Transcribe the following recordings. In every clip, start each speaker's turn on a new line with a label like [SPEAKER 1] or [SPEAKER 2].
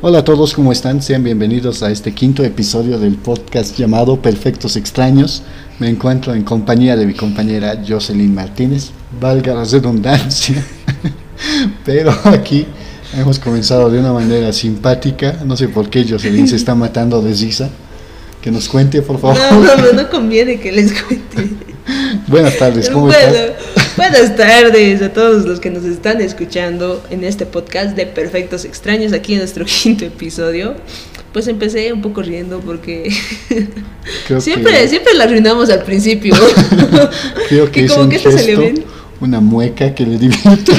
[SPEAKER 1] Hola a todos, ¿cómo están? Sean bienvenidos a este quinto episodio del podcast llamado Perfectos Extraños. Me encuentro en compañía de mi compañera Jocelyn Martínez, valga la redundancia, pero aquí hemos comenzado de una manera simpática. No sé por qué Jocelyn se está matando de risa. Que nos cuente, por favor.
[SPEAKER 2] No, no, no, no conviene que les cuente.
[SPEAKER 1] Buenas tardes, ¿cómo
[SPEAKER 2] Bueno,
[SPEAKER 1] estás?
[SPEAKER 2] Buenas tardes a todos los que nos están escuchando en este podcast de Perfectos Extraños, aquí en nuestro quinto episodio. Pues empecé un poco riendo porque
[SPEAKER 1] Creo
[SPEAKER 2] siempre,
[SPEAKER 1] que-
[SPEAKER 2] siempre la arruinamos al principio.
[SPEAKER 1] Creo que,
[SPEAKER 2] que
[SPEAKER 1] es
[SPEAKER 2] como
[SPEAKER 1] un
[SPEAKER 2] que este se le
[SPEAKER 1] gesto,
[SPEAKER 2] ven.
[SPEAKER 1] una mueca que le divirtió.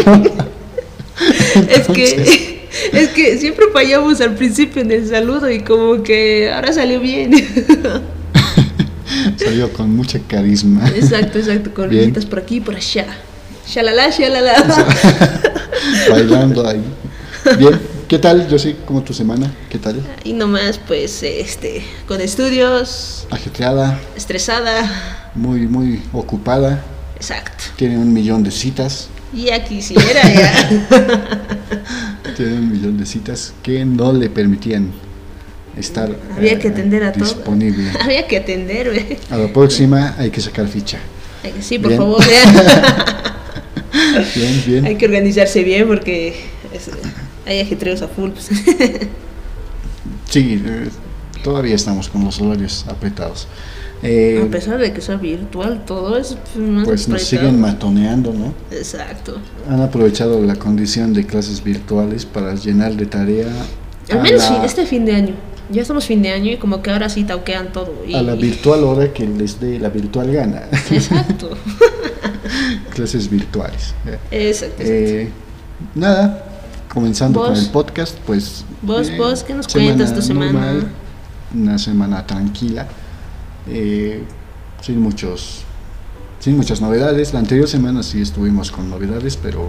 [SPEAKER 2] es que es que siempre fallamos al principio en el saludo y como que ahora salió bien.
[SPEAKER 1] Salió con mucha carisma.
[SPEAKER 2] exacto, exacto, con
[SPEAKER 1] Bien.
[SPEAKER 2] rayitas por aquí y por allá. Shalala, shalala.
[SPEAKER 1] Bailando ahí. Bien, ¿qué tal? Yo sé cómo tu semana, ¿qué tal?
[SPEAKER 2] Y nomás, pues, este, con estudios,
[SPEAKER 1] Ajetreada,
[SPEAKER 2] estresada,
[SPEAKER 1] muy, muy ocupada,
[SPEAKER 2] exacto.
[SPEAKER 1] tiene un millón de citas,
[SPEAKER 2] Y aquí quisiera ya.
[SPEAKER 1] tiene un millón de citas que no le permitían estar
[SPEAKER 2] Había
[SPEAKER 1] eh,
[SPEAKER 2] que atender a todo.
[SPEAKER 1] disponible.
[SPEAKER 2] Había que atender, güey.
[SPEAKER 1] A la próxima hay que sacar ficha.
[SPEAKER 2] Hay que- Sí, por
[SPEAKER 1] Bien.
[SPEAKER 2] favor, ya.
[SPEAKER 1] Bien, bien.
[SPEAKER 2] Hay que organizarse bien porque es- hay ajetreos a full. pues.
[SPEAKER 1] Sí, eh, todavía estamos con los horarios apretados. Eh,
[SPEAKER 2] a pesar de que sea virtual, todo es pues, más
[SPEAKER 1] pues nos
[SPEAKER 2] apretado.
[SPEAKER 1] siguen matoneando, ¿no?
[SPEAKER 2] Exacto.
[SPEAKER 1] Han aprovechado la condición de clases virtuales para llenar de tarea
[SPEAKER 2] Al
[SPEAKER 1] a
[SPEAKER 2] menos
[SPEAKER 1] la-
[SPEAKER 2] sí, este fin de año. Ya estamos fin de año y como que ahora sí tauquean todo. este Y,
[SPEAKER 1] a la virtual hora que les dé la virtual gana.
[SPEAKER 2] Exacto.
[SPEAKER 1] clases virtuales.
[SPEAKER 2] Exacto. exacto.
[SPEAKER 1] Eh, nada, comenzando con
[SPEAKER 2] Vos.
[SPEAKER 1] el podcast, pues...
[SPEAKER 2] Vos, vos, ¿qué nos cuentas tu semana?
[SPEAKER 1] normal, una semana tranquila, eh, sin muchos... Sin muchas novedades, la anterior semana sí estuvimos con novedades, pero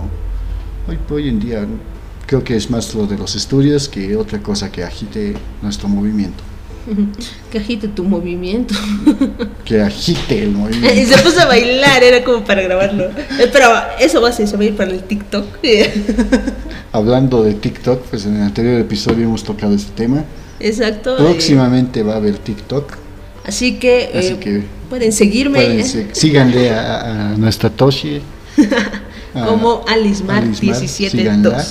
[SPEAKER 1] hoy, hoy en día creo que es más lo de los estudios que otra cosa que agite nuestro movimiento.
[SPEAKER 2] que agite tu movimiento.
[SPEAKER 1] Que agite el
[SPEAKER 2] y
[SPEAKER 1] movimiento.
[SPEAKER 2] se puso a bailar, era como para grabarlo. Eh, Pero eso va a ser, se va a ir para el TikTok.
[SPEAKER 1] Hablando de TikTok, pues en el anterior episodio hemos tocado este tema.
[SPEAKER 2] Exacto. eh,
[SPEAKER 1] Próximamente va a haber TikTok,
[SPEAKER 2] Así que, eh,
[SPEAKER 1] así que
[SPEAKER 2] pueden seguirme
[SPEAKER 1] pueden
[SPEAKER 2] eh,
[SPEAKER 1] se- síganle a, a nuestra Toshi. a
[SPEAKER 2] como
[SPEAKER 1] Alismar,
[SPEAKER 2] AlisMar172.
[SPEAKER 1] síganla. Ah,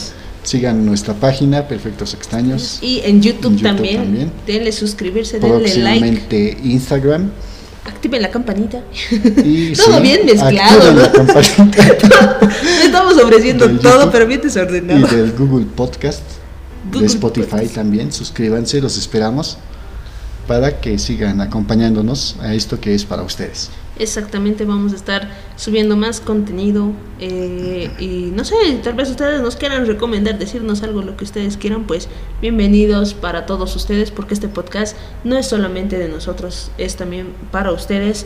[SPEAKER 1] Sigan nuestra página, Perfectos Extraños.
[SPEAKER 2] Y en YouTube,
[SPEAKER 1] En YouTube
[SPEAKER 2] también,
[SPEAKER 1] también.
[SPEAKER 2] Denle suscribirse, denle like.
[SPEAKER 1] Próximamente Instagram.
[SPEAKER 2] Activen la campanita.
[SPEAKER 1] Y
[SPEAKER 2] Todo bien mezclado,
[SPEAKER 1] activen
[SPEAKER 2] ¿no?
[SPEAKER 1] la campanita
[SPEAKER 2] Estamos ofreciendo
[SPEAKER 1] Del
[SPEAKER 2] todo,
[SPEAKER 1] YouTube.
[SPEAKER 2] pero bien
[SPEAKER 1] y
[SPEAKER 2] desordenado.
[SPEAKER 1] del Google Podcast, de
[SPEAKER 2] Google
[SPEAKER 1] Spotify
[SPEAKER 2] Podcast.
[SPEAKER 1] también. Suscríbanse, los esperamos para que sigan acompañándonos a esto que es para ustedes.
[SPEAKER 2] Exactamente, vamos a estar subiendo más contenido eh, y no sé, tal vez ustedes nos quieran recomendar, decirnos algo, lo que ustedes quieran, pues bienvenidos para todos ustedes porque este podcast no es solamente de nosotros, es también para ustedes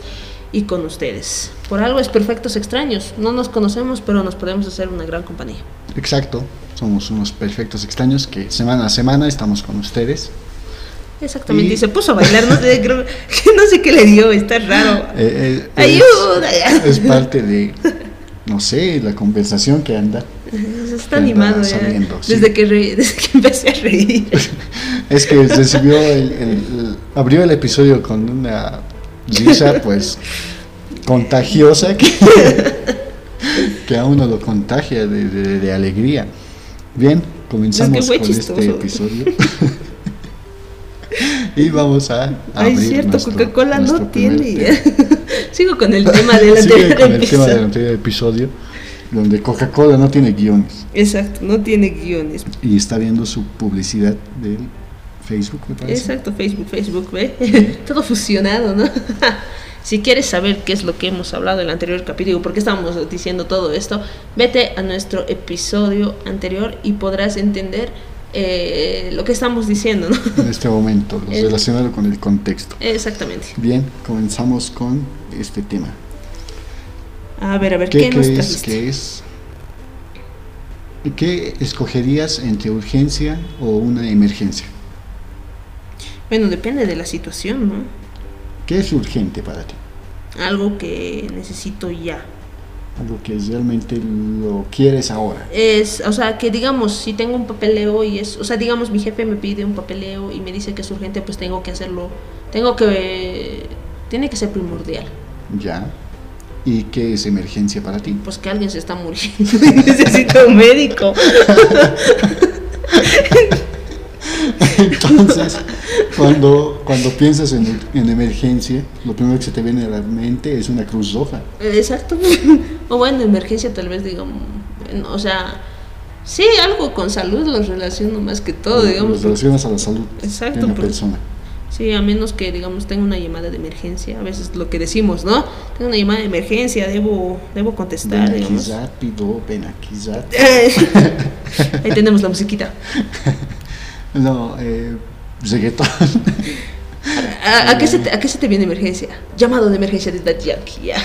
[SPEAKER 2] y con ustedes. Por algo es Perfectos Extraños, no nos conocemos pero nos podemos hacer una gran compañía.
[SPEAKER 1] Exacto, somos unos perfectos extraños que semana a semana estamos con ustedes. Y-
[SPEAKER 2] Exactamente, y, se puso a bailar, no sé, creo- no sé qué le dio, está raro.
[SPEAKER 1] Eh, eh,
[SPEAKER 2] Ayuda.
[SPEAKER 1] Es, es parte de, no sé, la conversación que anda.
[SPEAKER 2] Se
[SPEAKER 1] Anda
[SPEAKER 2] está animado ya.
[SPEAKER 1] saliendo, Eh, sí.
[SPEAKER 2] desde, que re- desde que empecé a reír.
[SPEAKER 1] Es que recibió el, el- el- abrió el episodio con una risa, pues, contagiosa que, que a uno lo contagia de, de- de alegría. Bien, comenzamos
[SPEAKER 2] Es que fue
[SPEAKER 1] con este
[SPEAKER 2] chistoso.
[SPEAKER 1] episodio. y vamos a
[SPEAKER 2] Ay,
[SPEAKER 1] Ah, abrir
[SPEAKER 2] cierto,
[SPEAKER 1] nuestro-
[SPEAKER 2] Coca-Cola
[SPEAKER 1] nuestro
[SPEAKER 2] no
[SPEAKER 1] primer tema.
[SPEAKER 2] tiene. Sigo con el tema del
[SPEAKER 1] Sigue
[SPEAKER 2] anterior
[SPEAKER 1] con el tema del
[SPEAKER 2] episodio.
[SPEAKER 1] anterior episodio, donde Coca-Cola no tiene guiones
[SPEAKER 2] Exacto, no tiene guiones.
[SPEAKER 1] y está viendo su publicidad de Facebook, me parece.
[SPEAKER 2] Exacto, Facebook, Facebook, ve. Todo fusionado, ¿no? si quieres saber qué es lo que hemos hablado en el anterior capítulo, por qué estábamos diciendo todo esto, vete a nuestro episodio anterior y podrás entender eh, lo que estamos diciendo, ¿no?
[SPEAKER 1] En este momento, los
[SPEAKER 2] El-
[SPEAKER 1] relacionado con el contexto.
[SPEAKER 2] Exactamente.
[SPEAKER 1] Bien, comenzamos con este tema.
[SPEAKER 2] A ver, a ver, ¿qué,
[SPEAKER 1] ¿Qué
[SPEAKER 2] nos
[SPEAKER 1] crees
[SPEAKER 2] trajiste?
[SPEAKER 1] que es? ¿Qué escogerías entre urgencia o una emergencia?
[SPEAKER 2] Bueno, depende de la situación, ¿no?
[SPEAKER 1] ¿Qué es urgente para ti?
[SPEAKER 2] algo que necesito ya.
[SPEAKER 1] Algo que realmente lo quieres ahora.
[SPEAKER 2] Es, o sea, que digamos, si tengo un papeleo y es, o sea, digamos, mi jefe me pide un papeleo y me dice que es urgente, pues tengo que hacerlo, tengo que, tiene que ser primordial.
[SPEAKER 1] Ya. ¿Y qué es emergencia para ti?
[SPEAKER 2] Pues que alguien se está muriendo y necesita un médico.
[SPEAKER 1] Entonces, cuando, cuando piensas en, en emergencia, lo primero que se te viene a la mente es una cruz roja.
[SPEAKER 2] Exacto. O bueno, emergencia tal vez, digamos, bueno, o sea, sí, algo con salud los relaciono más que todo, Oh, digamos.
[SPEAKER 1] Los relacionas a la salud
[SPEAKER 2] Exacto,
[SPEAKER 1] de una
[SPEAKER 2] porque-
[SPEAKER 1] persona.
[SPEAKER 2] Sí, a menos que, digamos, tenga una llamada de emergencia, a veces lo que decimos, ¿no? Tengo una llamada de emergencia, debo, debo
[SPEAKER 1] Ven
[SPEAKER 2] contestar,
[SPEAKER 1] aquí
[SPEAKER 2] digamos.
[SPEAKER 1] rápido, ven aquí rápido.
[SPEAKER 2] Ahí tenemos la musiquita.
[SPEAKER 1] No, eh, reggaetón.
[SPEAKER 2] ¿A, a qué se te, ¿A qué se te viene emergencia? Llamado de emergencia de Daddy Yankee, ya.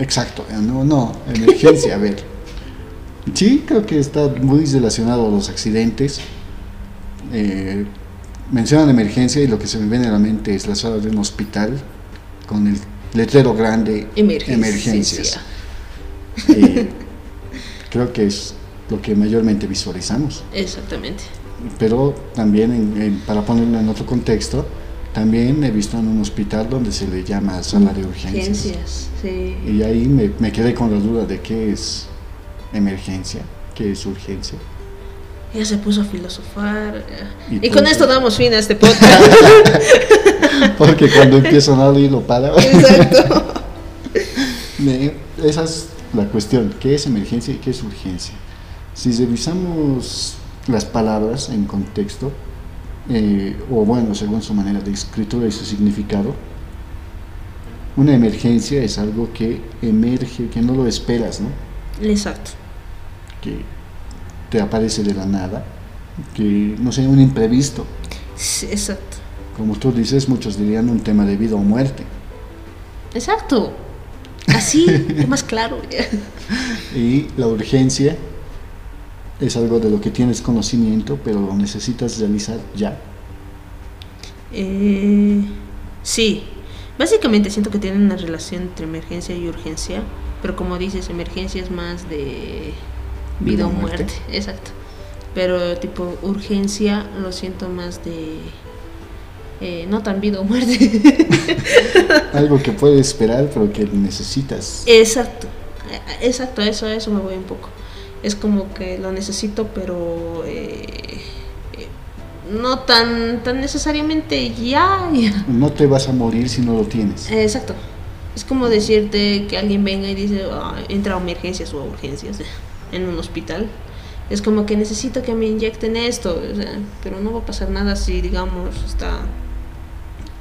[SPEAKER 1] Exacto, eh, no, no, emergencia, a ver. Sí, creo que está muy relacionado a los accidentes. Eh, mencionan emergencia y lo que se me viene a la mente es la sala de un hospital con el letrero grande
[SPEAKER 2] Emergencia.
[SPEAKER 1] emergencias. Eh, creo que es lo que mayormente visualizamos.
[SPEAKER 2] Exactamente.
[SPEAKER 1] Pero también, en- en- para ponerlo en otro contexto, también he visto en un hospital donde se le llama sala de urgencias.
[SPEAKER 2] Emergencias, sí.
[SPEAKER 1] Y ahí me, me quedé con la duda de qué es emergencia, qué es urgencia.
[SPEAKER 2] Ella se puso a filosofar. eh.
[SPEAKER 1] Y
[SPEAKER 2] Y,
[SPEAKER 1] todo
[SPEAKER 2] con
[SPEAKER 1] eso.
[SPEAKER 2] esto damos fin a este podcast.
[SPEAKER 1] Porque cuando empiezo a nadie lo para.
[SPEAKER 2] Exacto.
[SPEAKER 1] Me- esa es la cuestión, qué es emergencia y qué es urgencia. Si revisamos las palabras en contexto, eh, o bueno, según su manera de escritura y su significado, una emergencia es algo que emerge, que no lo esperas, ¿no?
[SPEAKER 2] Exacto.
[SPEAKER 1] que te aparece de la nada, que no sé, un imprevisto.
[SPEAKER 2] Sí, Exacto.
[SPEAKER 1] Como tú dices, muchos dirían un tema de vida o muerte.
[SPEAKER 2] Exacto. Así, más claro.
[SPEAKER 1] Y la urgencia es algo de lo que tienes conocimiento, pero lo necesitas realizar ya.
[SPEAKER 2] Eh, sí. Básicamente siento que tienen una relación entre emergencia y urgencia. Pero como dices, emergencia es más de vida o muerte. Exacto. Pero tipo urgencia lo siento más de... eh, no tan vida o muerte.
[SPEAKER 1] Algo que puedes esperar, pero que necesitas.
[SPEAKER 2] Exacto, e- exacto, eso, a eso me voy un poco. Es como que lo necesito, pero eh, eh, no tan, tan necesariamente ya. ya.
[SPEAKER 1] No te vas a morir si no lo tienes.
[SPEAKER 2] Eh, Exacto. Es como decirte que alguien venga y dice, "Ah, entra a emergencias o a urgencias en un hospital. Es como que necesito que me inyecten esto, o sea, pero no va a pasar nada si, digamos, está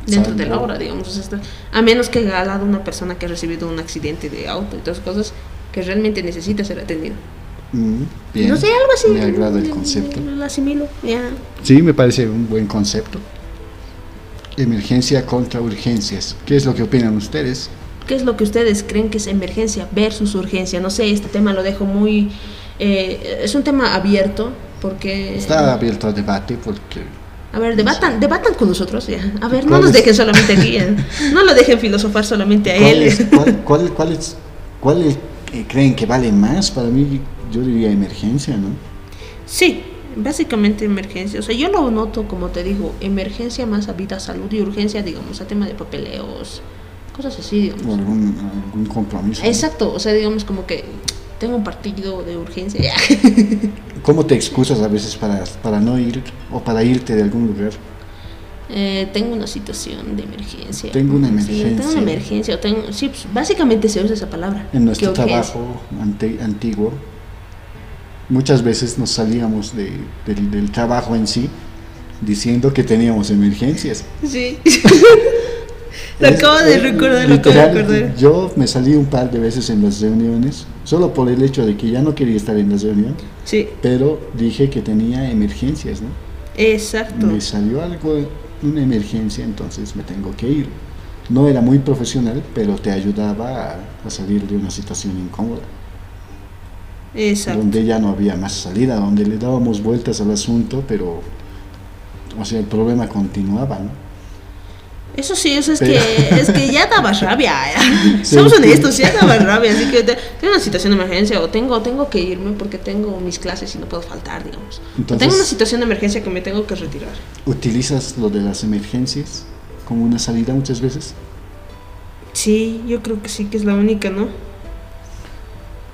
[SPEAKER 2] dentro de la
[SPEAKER 1] Salvo.
[SPEAKER 2] obra, digamos. o sea, está- a menos que haya lado una persona que ha recibido un accidente de auto y todas esas cosas que realmente necesita ser atendido.
[SPEAKER 1] Mm, bien.
[SPEAKER 2] No sé, algo así.
[SPEAKER 1] Me agrada el
[SPEAKER 2] lo-
[SPEAKER 1] concepto.
[SPEAKER 2] Lo asimilo, ya.
[SPEAKER 1] Sí, me parece un buen concepto. Emergencia contra urgencias. ¿Qué es lo que opinan ustedes?
[SPEAKER 2] ¿Qué es lo que ustedes creen que es emergencia versus urgencia? No sé, este tema lo dejo muy... eh, es un tema abierto porque...
[SPEAKER 1] Está abierto a debate porque
[SPEAKER 2] A ver, debatan, debatan con nosotros ya. A ver, no
[SPEAKER 1] ¿Cuál
[SPEAKER 2] nos
[SPEAKER 1] es?
[SPEAKER 2] dejen solamente aquí. ya. No lo dejen filosofar solamente a
[SPEAKER 1] ¿Cuál,
[SPEAKER 2] él.
[SPEAKER 1] es- cuál, cuál, cuál es- cuál es- eh, creen que vale más? Para mí, yo diría emergencia, ¿no?
[SPEAKER 2] Sí, básicamente emergencia. O sea, yo lo noto, como te digo, emergencia más a vida, salud y urgencia, digamos, a tema de papeleos, cosas así, digamos.
[SPEAKER 1] O algún, algún compromiso. ¿no?
[SPEAKER 2] Exacto, o sea, digamos como que tengo un partido de urgencia. ya.
[SPEAKER 1] ¿Cómo te excusas a veces para, para no ir o para irte de algún lugar?
[SPEAKER 2] Eh, tengo una situación de emergencia.
[SPEAKER 1] Tengo una
[SPEAKER 2] Sí, tengo
[SPEAKER 1] emergencia.
[SPEAKER 2] una emergencia. o tengo- sí, pues, básicamente se usa esa palabra.
[SPEAKER 1] En nuestro
[SPEAKER 2] que urgencia.
[SPEAKER 1] trabajo ante- antiguo, muchas veces nos salíamos de- del, del trabajo en sí diciendo que teníamos emergencias.
[SPEAKER 2] Sí. lo acabo de
[SPEAKER 1] Es-
[SPEAKER 2] recordar, lo acabo de
[SPEAKER 1] literal,
[SPEAKER 2] recordar.
[SPEAKER 1] Yo me salí un par de veces en las reuniones, solo por el hecho de que ya no quería estar en las reuniones.
[SPEAKER 2] Sí,
[SPEAKER 1] pero dije que tenía emergencias, ¿no?
[SPEAKER 2] exacto.
[SPEAKER 1] Me salió algo, una emergencia, entonces me tengo que ir. No era muy profesional, pero te ayudaba a, a salir de una situación incómoda,
[SPEAKER 2] Exacto.
[SPEAKER 1] donde ya no había más salida, donde le dábamos vueltas al asunto, pero, o sea, el problema continuaba, ¿no?
[SPEAKER 2] Eso sí, eso es
[SPEAKER 1] Pero-
[SPEAKER 2] que es que ya daba rabia.
[SPEAKER 1] Sí.
[SPEAKER 2] Somos honestos, ya daba rabia, así que te- tengo una situación de emergencia o tengo tengo que irme porque tengo mis clases y no puedo faltar, digamos. O tengo
[SPEAKER 1] Entonces-
[SPEAKER 2] una situación de emergencia que me tengo que retirar.
[SPEAKER 1] ¿Utilizas lo de las emergencias como una salida muchas veces?
[SPEAKER 2] Sí, yo creo que sí que es la única, ¿no?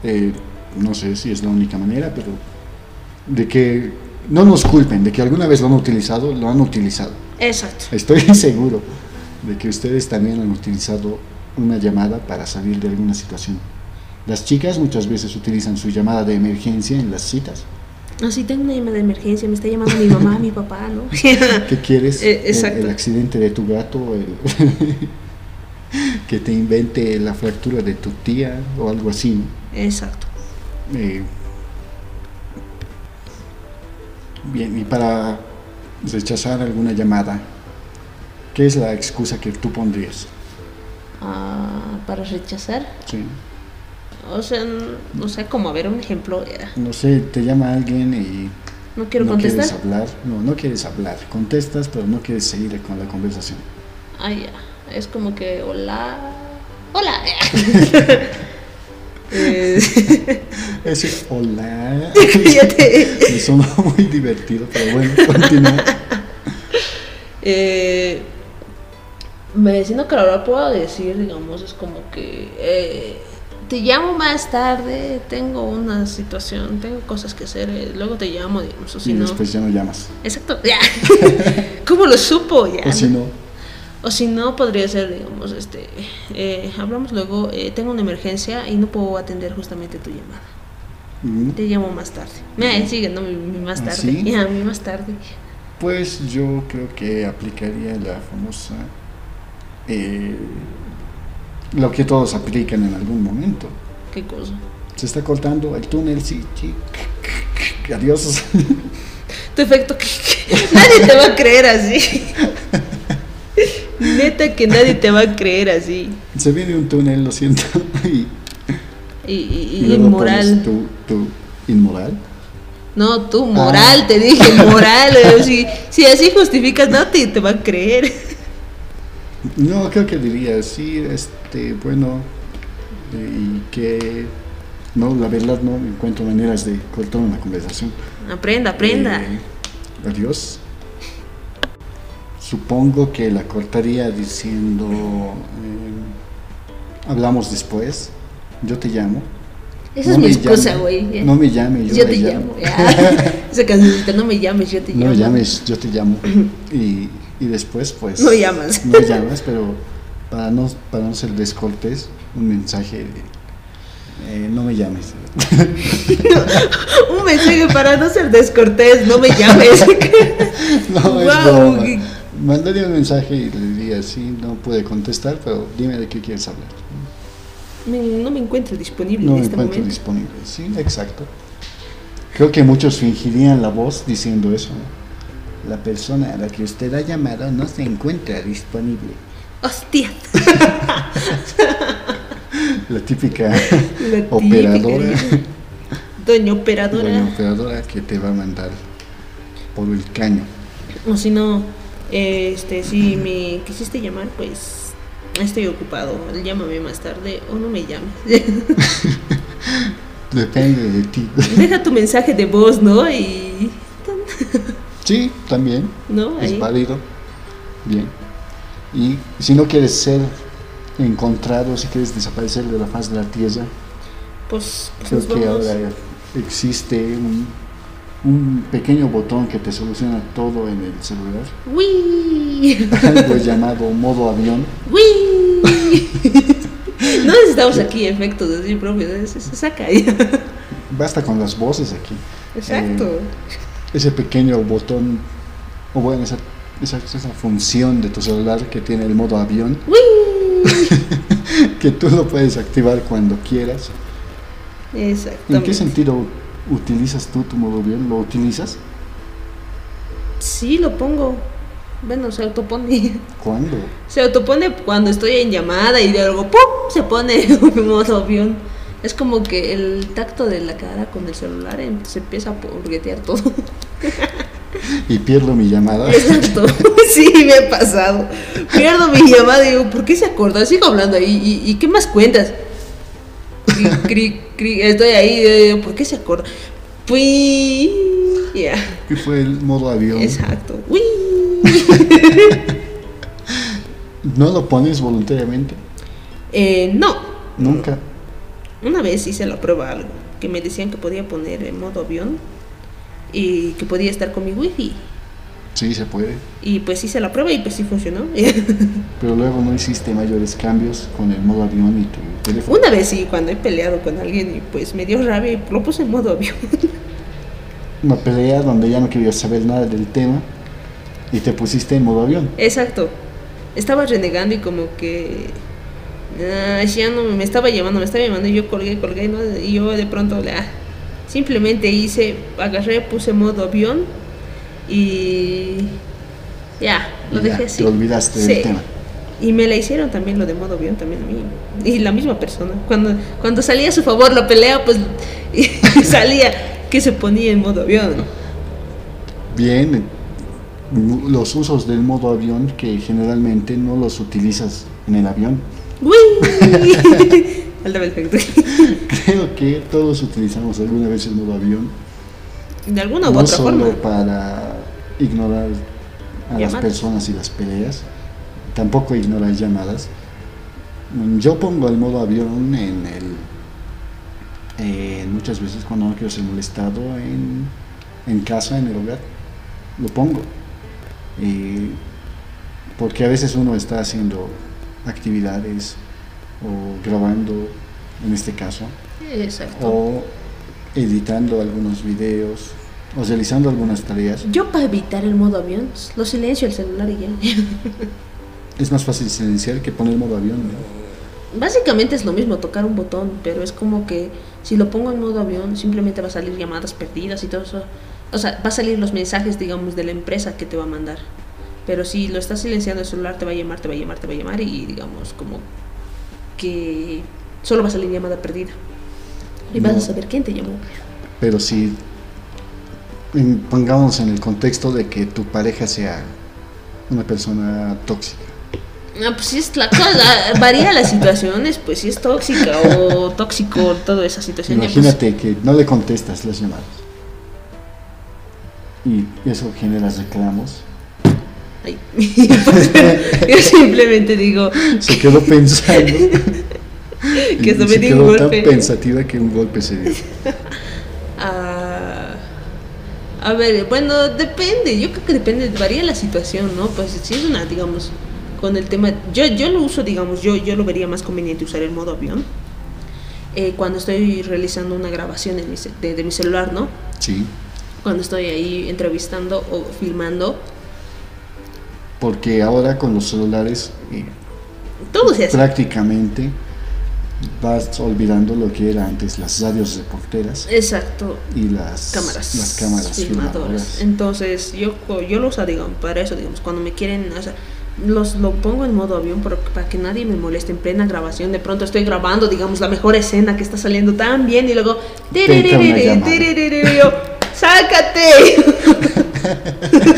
[SPEAKER 1] Eh, no sé si es la única manera, pero de que no nos culpen, de que alguna vez lo han utilizado, lo han utilizado.
[SPEAKER 2] Exacto.
[SPEAKER 1] Estoy seguro de que ustedes también han utilizado una llamada para salir de alguna situación. Las chicas muchas veces utilizan su llamada de emergencia en las citas.
[SPEAKER 2] No, sí tengo una llamada de emergencia, me está llamando mi mamá, mi papá, ¿no?
[SPEAKER 1] ¿Qué quieres?
[SPEAKER 2] Eh,
[SPEAKER 1] El-
[SPEAKER 2] exacto.
[SPEAKER 1] El, accidente de tu gato, el- que te invente la fractura de tu tía o algo así. ¿no?
[SPEAKER 2] Exacto.
[SPEAKER 1] Eh, bien, y para rechazar alguna llamada, ¿qué es la excusa que tú pondrías?
[SPEAKER 2] Ah, para rechazar.
[SPEAKER 1] Sí.
[SPEAKER 2] O sea, n- o sea, como a ver un ejemplo era.
[SPEAKER 1] No sé, te llama alguien y
[SPEAKER 2] No quiero
[SPEAKER 1] no
[SPEAKER 2] contestar.
[SPEAKER 1] quieres hablar. No, no quieres hablar. Contestas, pero no quieres seguir con la conversación.
[SPEAKER 2] Ah, ya. Es como que, hola. Hola. Eh,
[SPEAKER 1] Ese hola
[SPEAKER 2] ya te-
[SPEAKER 1] me sonó muy divertido, pero bueno, continúa.
[SPEAKER 2] eh, medicina que ahora puedo decir, digamos, es como que eh, te llamo más tarde, tengo una situación, tengo cosas que hacer, eh, luego te llamo, digamos, o si
[SPEAKER 1] y
[SPEAKER 2] no.
[SPEAKER 1] después ya no llamas.
[SPEAKER 2] Exacto, ya. ¿Cómo lo supo? Ya.
[SPEAKER 1] O si no,
[SPEAKER 2] O si no, podría ser, digamos, este, eh, hablamos luego, eh, tengo una emergencia y no puedo atender justamente tu llamada.
[SPEAKER 1] mm,
[SPEAKER 2] Te llamo más tarde. Mira, ahí sigue, no, mi, mi más
[SPEAKER 1] ¿Ah,
[SPEAKER 2] tarde.
[SPEAKER 1] sí?
[SPEAKER 2] Ya, mi más tarde.
[SPEAKER 1] pues yo creo que aplicaría la famosa. eh, lo que todos aplican en algún momento.
[SPEAKER 2] Qué cosa.
[SPEAKER 1] Se está cortando el túnel, sí, sí. Adiós.
[SPEAKER 2] Tu efecto que, que nadie te va a creer así. Neta que nadie te va a creer así.
[SPEAKER 1] Se viene un túnel, lo siento. Y,
[SPEAKER 2] Y, y- y
[SPEAKER 1] luego
[SPEAKER 2] inmoral.
[SPEAKER 1] pones tu- tu inmoral.
[SPEAKER 2] No,
[SPEAKER 1] Ah.
[SPEAKER 2] tú, moral, te dije, moral. eh, si, si así justificas, no te, te va a creer.
[SPEAKER 1] No, creo que diría, sí, este, bueno, eh, y que, no, la verdad no encuentro maneras de cortar una conversación.
[SPEAKER 2] Aprenda, aprenda.
[SPEAKER 1] Eh, adiós. Supongo que la cortaría diciendo, eh, hablamos después, yo te llamo.
[SPEAKER 2] Esa es
[SPEAKER 1] No
[SPEAKER 2] mi
[SPEAKER 1] me
[SPEAKER 2] excusa,
[SPEAKER 1] llame-
[SPEAKER 2] güey. ya.
[SPEAKER 1] No me llames, yo,
[SPEAKER 2] Yo
[SPEAKER 1] la
[SPEAKER 2] te llamo. ya. Esa cancioncita, no me llames, yo te
[SPEAKER 1] No
[SPEAKER 2] llamo.
[SPEAKER 1] me llames, yo te llamo. Y, y después, pues.
[SPEAKER 2] No llamas.
[SPEAKER 1] No llamas, pero para no, para no ser descortés, un mensaje de. eh, no me llames.
[SPEAKER 2] Un mensaje para no ser descortés, no me llames.
[SPEAKER 1] No, es
[SPEAKER 2] Guau,
[SPEAKER 1] broma.
[SPEAKER 2] qué-
[SPEAKER 1] Mandaría un mensaje y le diría, sí, no pude contestar, pero dime de qué quieres hablar.
[SPEAKER 2] Me- no me encuentro disponible
[SPEAKER 1] No
[SPEAKER 2] en
[SPEAKER 1] me
[SPEAKER 2] este
[SPEAKER 1] encuentro
[SPEAKER 2] momento.
[SPEAKER 1] disponible. Sí, exacto. Creo que muchos fingirían la voz diciendo eso. ¿no? La persona a la que usted ha llamado no se encuentra disponible.
[SPEAKER 2] Hostia.
[SPEAKER 1] La típica
[SPEAKER 2] la
[SPEAKER 1] operadora.
[SPEAKER 2] típica, Doña operadora.
[SPEAKER 1] Doña operadora que te va a mandar por el caño.
[SPEAKER 2] O si no, eh, este, si me quisiste llamar, pues estoy ocupado. Llámame más tarde o no me llames.
[SPEAKER 1] Depende de ti.
[SPEAKER 2] Deja tu mensaje de voz, ¿no? Y.
[SPEAKER 1] Sí, también.
[SPEAKER 2] ¿No?
[SPEAKER 1] Es
[SPEAKER 2] Ahí.
[SPEAKER 1] válido. Bien. Y si no quieres ser encontrado, si quieres desaparecer de la faz de la tierra,
[SPEAKER 2] Pues, pues
[SPEAKER 1] creo
[SPEAKER 2] nos
[SPEAKER 1] que
[SPEAKER 2] vamos.
[SPEAKER 1] ahora existe un, un pequeño botón que te soluciona todo en el celular.
[SPEAKER 2] ¡Uy!
[SPEAKER 1] Algo llamado modo avión.
[SPEAKER 2] ¡Uy! No necesitamos aquí efectos así propios, eh, se, se saca ahí.
[SPEAKER 1] Basta con las voces aquí.
[SPEAKER 2] Exacto.
[SPEAKER 1] ese pequeño botón, o bueno, esa, esa, esa función de tu celular que tiene el modo avión,
[SPEAKER 2] Eh, ¡Uy!
[SPEAKER 1] que tú lo puedes activar cuando quieras. ¿En qué
[SPEAKER 2] Exactamente.
[SPEAKER 1] sentido utilizas tú tu modo avión? ¿Lo utilizas?
[SPEAKER 2] Sí, lo pongo. Bueno, se autopone.
[SPEAKER 1] ¿Cuándo?
[SPEAKER 2] Se autopone cuando estoy en llamada y luego ¡pum! se pone en modo avión. Es como que el tacto de la cara con el celular em- se empieza a purguetear todo.
[SPEAKER 1] y pierdo mi llamada.
[SPEAKER 2] Exacto, sí, me ha pasado. Pierdo mi llamada y digo, ¿por qué se acordó? Sigo hablando ahí, ¿y, y qué más cuentas? Cri, cri, cri, estoy ahí, digo, ¿por qué se acordó? Pues, ya,
[SPEAKER 1] Que fue el modo avión.
[SPEAKER 2] exacto. Uy.
[SPEAKER 1] No lo pones voluntariamente,
[SPEAKER 2] Eh, no,
[SPEAKER 1] nunca.
[SPEAKER 2] Una vez hice la prueba algo, que me decían que podía poner en modo avión y que podía estar con mi wifi.
[SPEAKER 1] Sí, se puede.
[SPEAKER 2] Y pues hice la prueba y pues sí funcionó.
[SPEAKER 1] Pero luego no hiciste mayores cambios con el modo avión y tu teléfono.
[SPEAKER 2] Una vez sí, cuando he peleado con alguien y pues me dio rabia y lo puse en modo avión.
[SPEAKER 1] Una pelea donde ya no querías saber nada del tema y te pusiste en modo avión.
[SPEAKER 2] Exacto. Estaba renegando y como que... ah, ya no me estaba llamando, me estaba llamando y yo colgué, colgué ¿no? y yo de pronto ah, simplemente hice, agarré, puse modo avión y ya, lo
[SPEAKER 1] Y ya,
[SPEAKER 2] dejé así.
[SPEAKER 1] Te olvidaste
[SPEAKER 2] Sí.
[SPEAKER 1] del tema.
[SPEAKER 2] Y me la hicieron también lo de modo avión también a mí. Y la misma persona. Cuando, cuando salía a su favor la pelea, pues y salía que se ponía en modo avión.
[SPEAKER 1] Bien, eh, los usos del modo avión que generalmente no los utilizas en el avión.
[SPEAKER 2] ¡Uy! Alta perfecto.
[SPEAKER 1] Creo que todos utilizamos alguna vez el modo avión.
[SPEAKER 2] De alguna
[SPEAKER 1] No,
[SPEAKER 2] u otra
[SPEAKER 1] solo
[SPEAKER 2] forma.
[SPEAKER 1] para ignorar a las
[SPEAKER 2] Llamadas.
[SPEAKER 1] personas y las peleas, tampoco ignorar llamadas. Mm, Yo pongo el modo avión en el. en muchas veces cuando no quiero ser molestado en, en casa, en el hogar, lo pongo. Eh, porque a veces uno está haciendo actividades o grabando, en este caso,
[SPEAKER 2] Exacto.
[SPEAKER 1] o editando algunos videos o realizando algunas tareas.
[SPEAKER 2] Yo para evitar el modo avión, lo silencio el celular y ya.
[SPEAKER 1] Es más fácil silenciar que poner modo avión. ¿no?
[SPEAKER 2] Básicamente es lo mismo tocar un botón, pero es como que si lo pongo en modo avión, simplemente va a salir llamadas perdidas y todo eso. O sea, va a salir los mensajes, digamos, de la empresa que te va a mandar. Pero si lo estás silenciando el celular, te va a llamar, te va a llamar, te va a llamar y digamos como que solo va a salir llamada perdida. Y vas
[SPEAKER 1] No.
[SPEAKER 2] a saber quién te llamó.
[SPEAKER 1] Pero si en- pongamos en el contexto de que tu pareja sea una persona tóxica.
[SPEAKER 2] Ah, pues sí es la cosa, varía las situaciones, pues si es tóxica o tóxico, toda esa situación. ya, pues,
[SPEAKER 1] Imagínate que no le contestas las llamadas. Y eso genera reclamos.
[SPEAKER 2] Ay, yo simplemente digo
[SPEAKER 1] Se quedó pensando.
[SPEAKER 2] que se me
[SPEAKER 1] se
[SPEAKER 2] dio
[SPEAKER 1] quedó
[SPEAKER 2] un
[SPEAKER 1] tan
[SPEAKER 2] golpe.
[SPEAKER 1] pensativa que un golpe se dio.
[SPEAKER 2] Ah, a ver, bueno, depende. Yo creo que depende, varía la situación, ¿no? Pues si es una, digamos, con el tema. Yo, yo lo uso, digamos, yo, yo lo vería más conveniente usar el modo avión. eh, cuando estoy realizando una grabación en mi ce- de- de mi celular, ¿no?
[SPEAKER 1] Sí.
[SPEAKER 2] Cuando estoy ahí entrevistando o filmando,
[SPEAKER 1] Porque ahora con los celulares eh,
[SPEAKER 2] todo se hace.
[SPEAKER 1] prácticamente vas olvidando lo que era antes las radios reporteras
[SPEAKER 2] Exacto.
[SPEAKER 1] y las
[SPEAKER 2] cámaras,
[SPEAKER 1] las cámaras
[SPEAKER 2] filmadoras.
[SPEAKER 1] filmadoras.
[SPEAKER 2] Entonces, yo, co- yo lo uso, digamos, para eso, digamos, cuando me quieren, o sea, los, lo pongo en modo avión para, para que nadie me moleste en plena grabación. De pronto estoy grabando, digamos, la mejor escena que está saliendo tan bien y luego.
[SPEAKER 1] entra una
[SPEAKER 2] "Tererere,
[SPEAKER 1] llamada".
[SPEAKER 2] tererere", yo, ¡Sácate!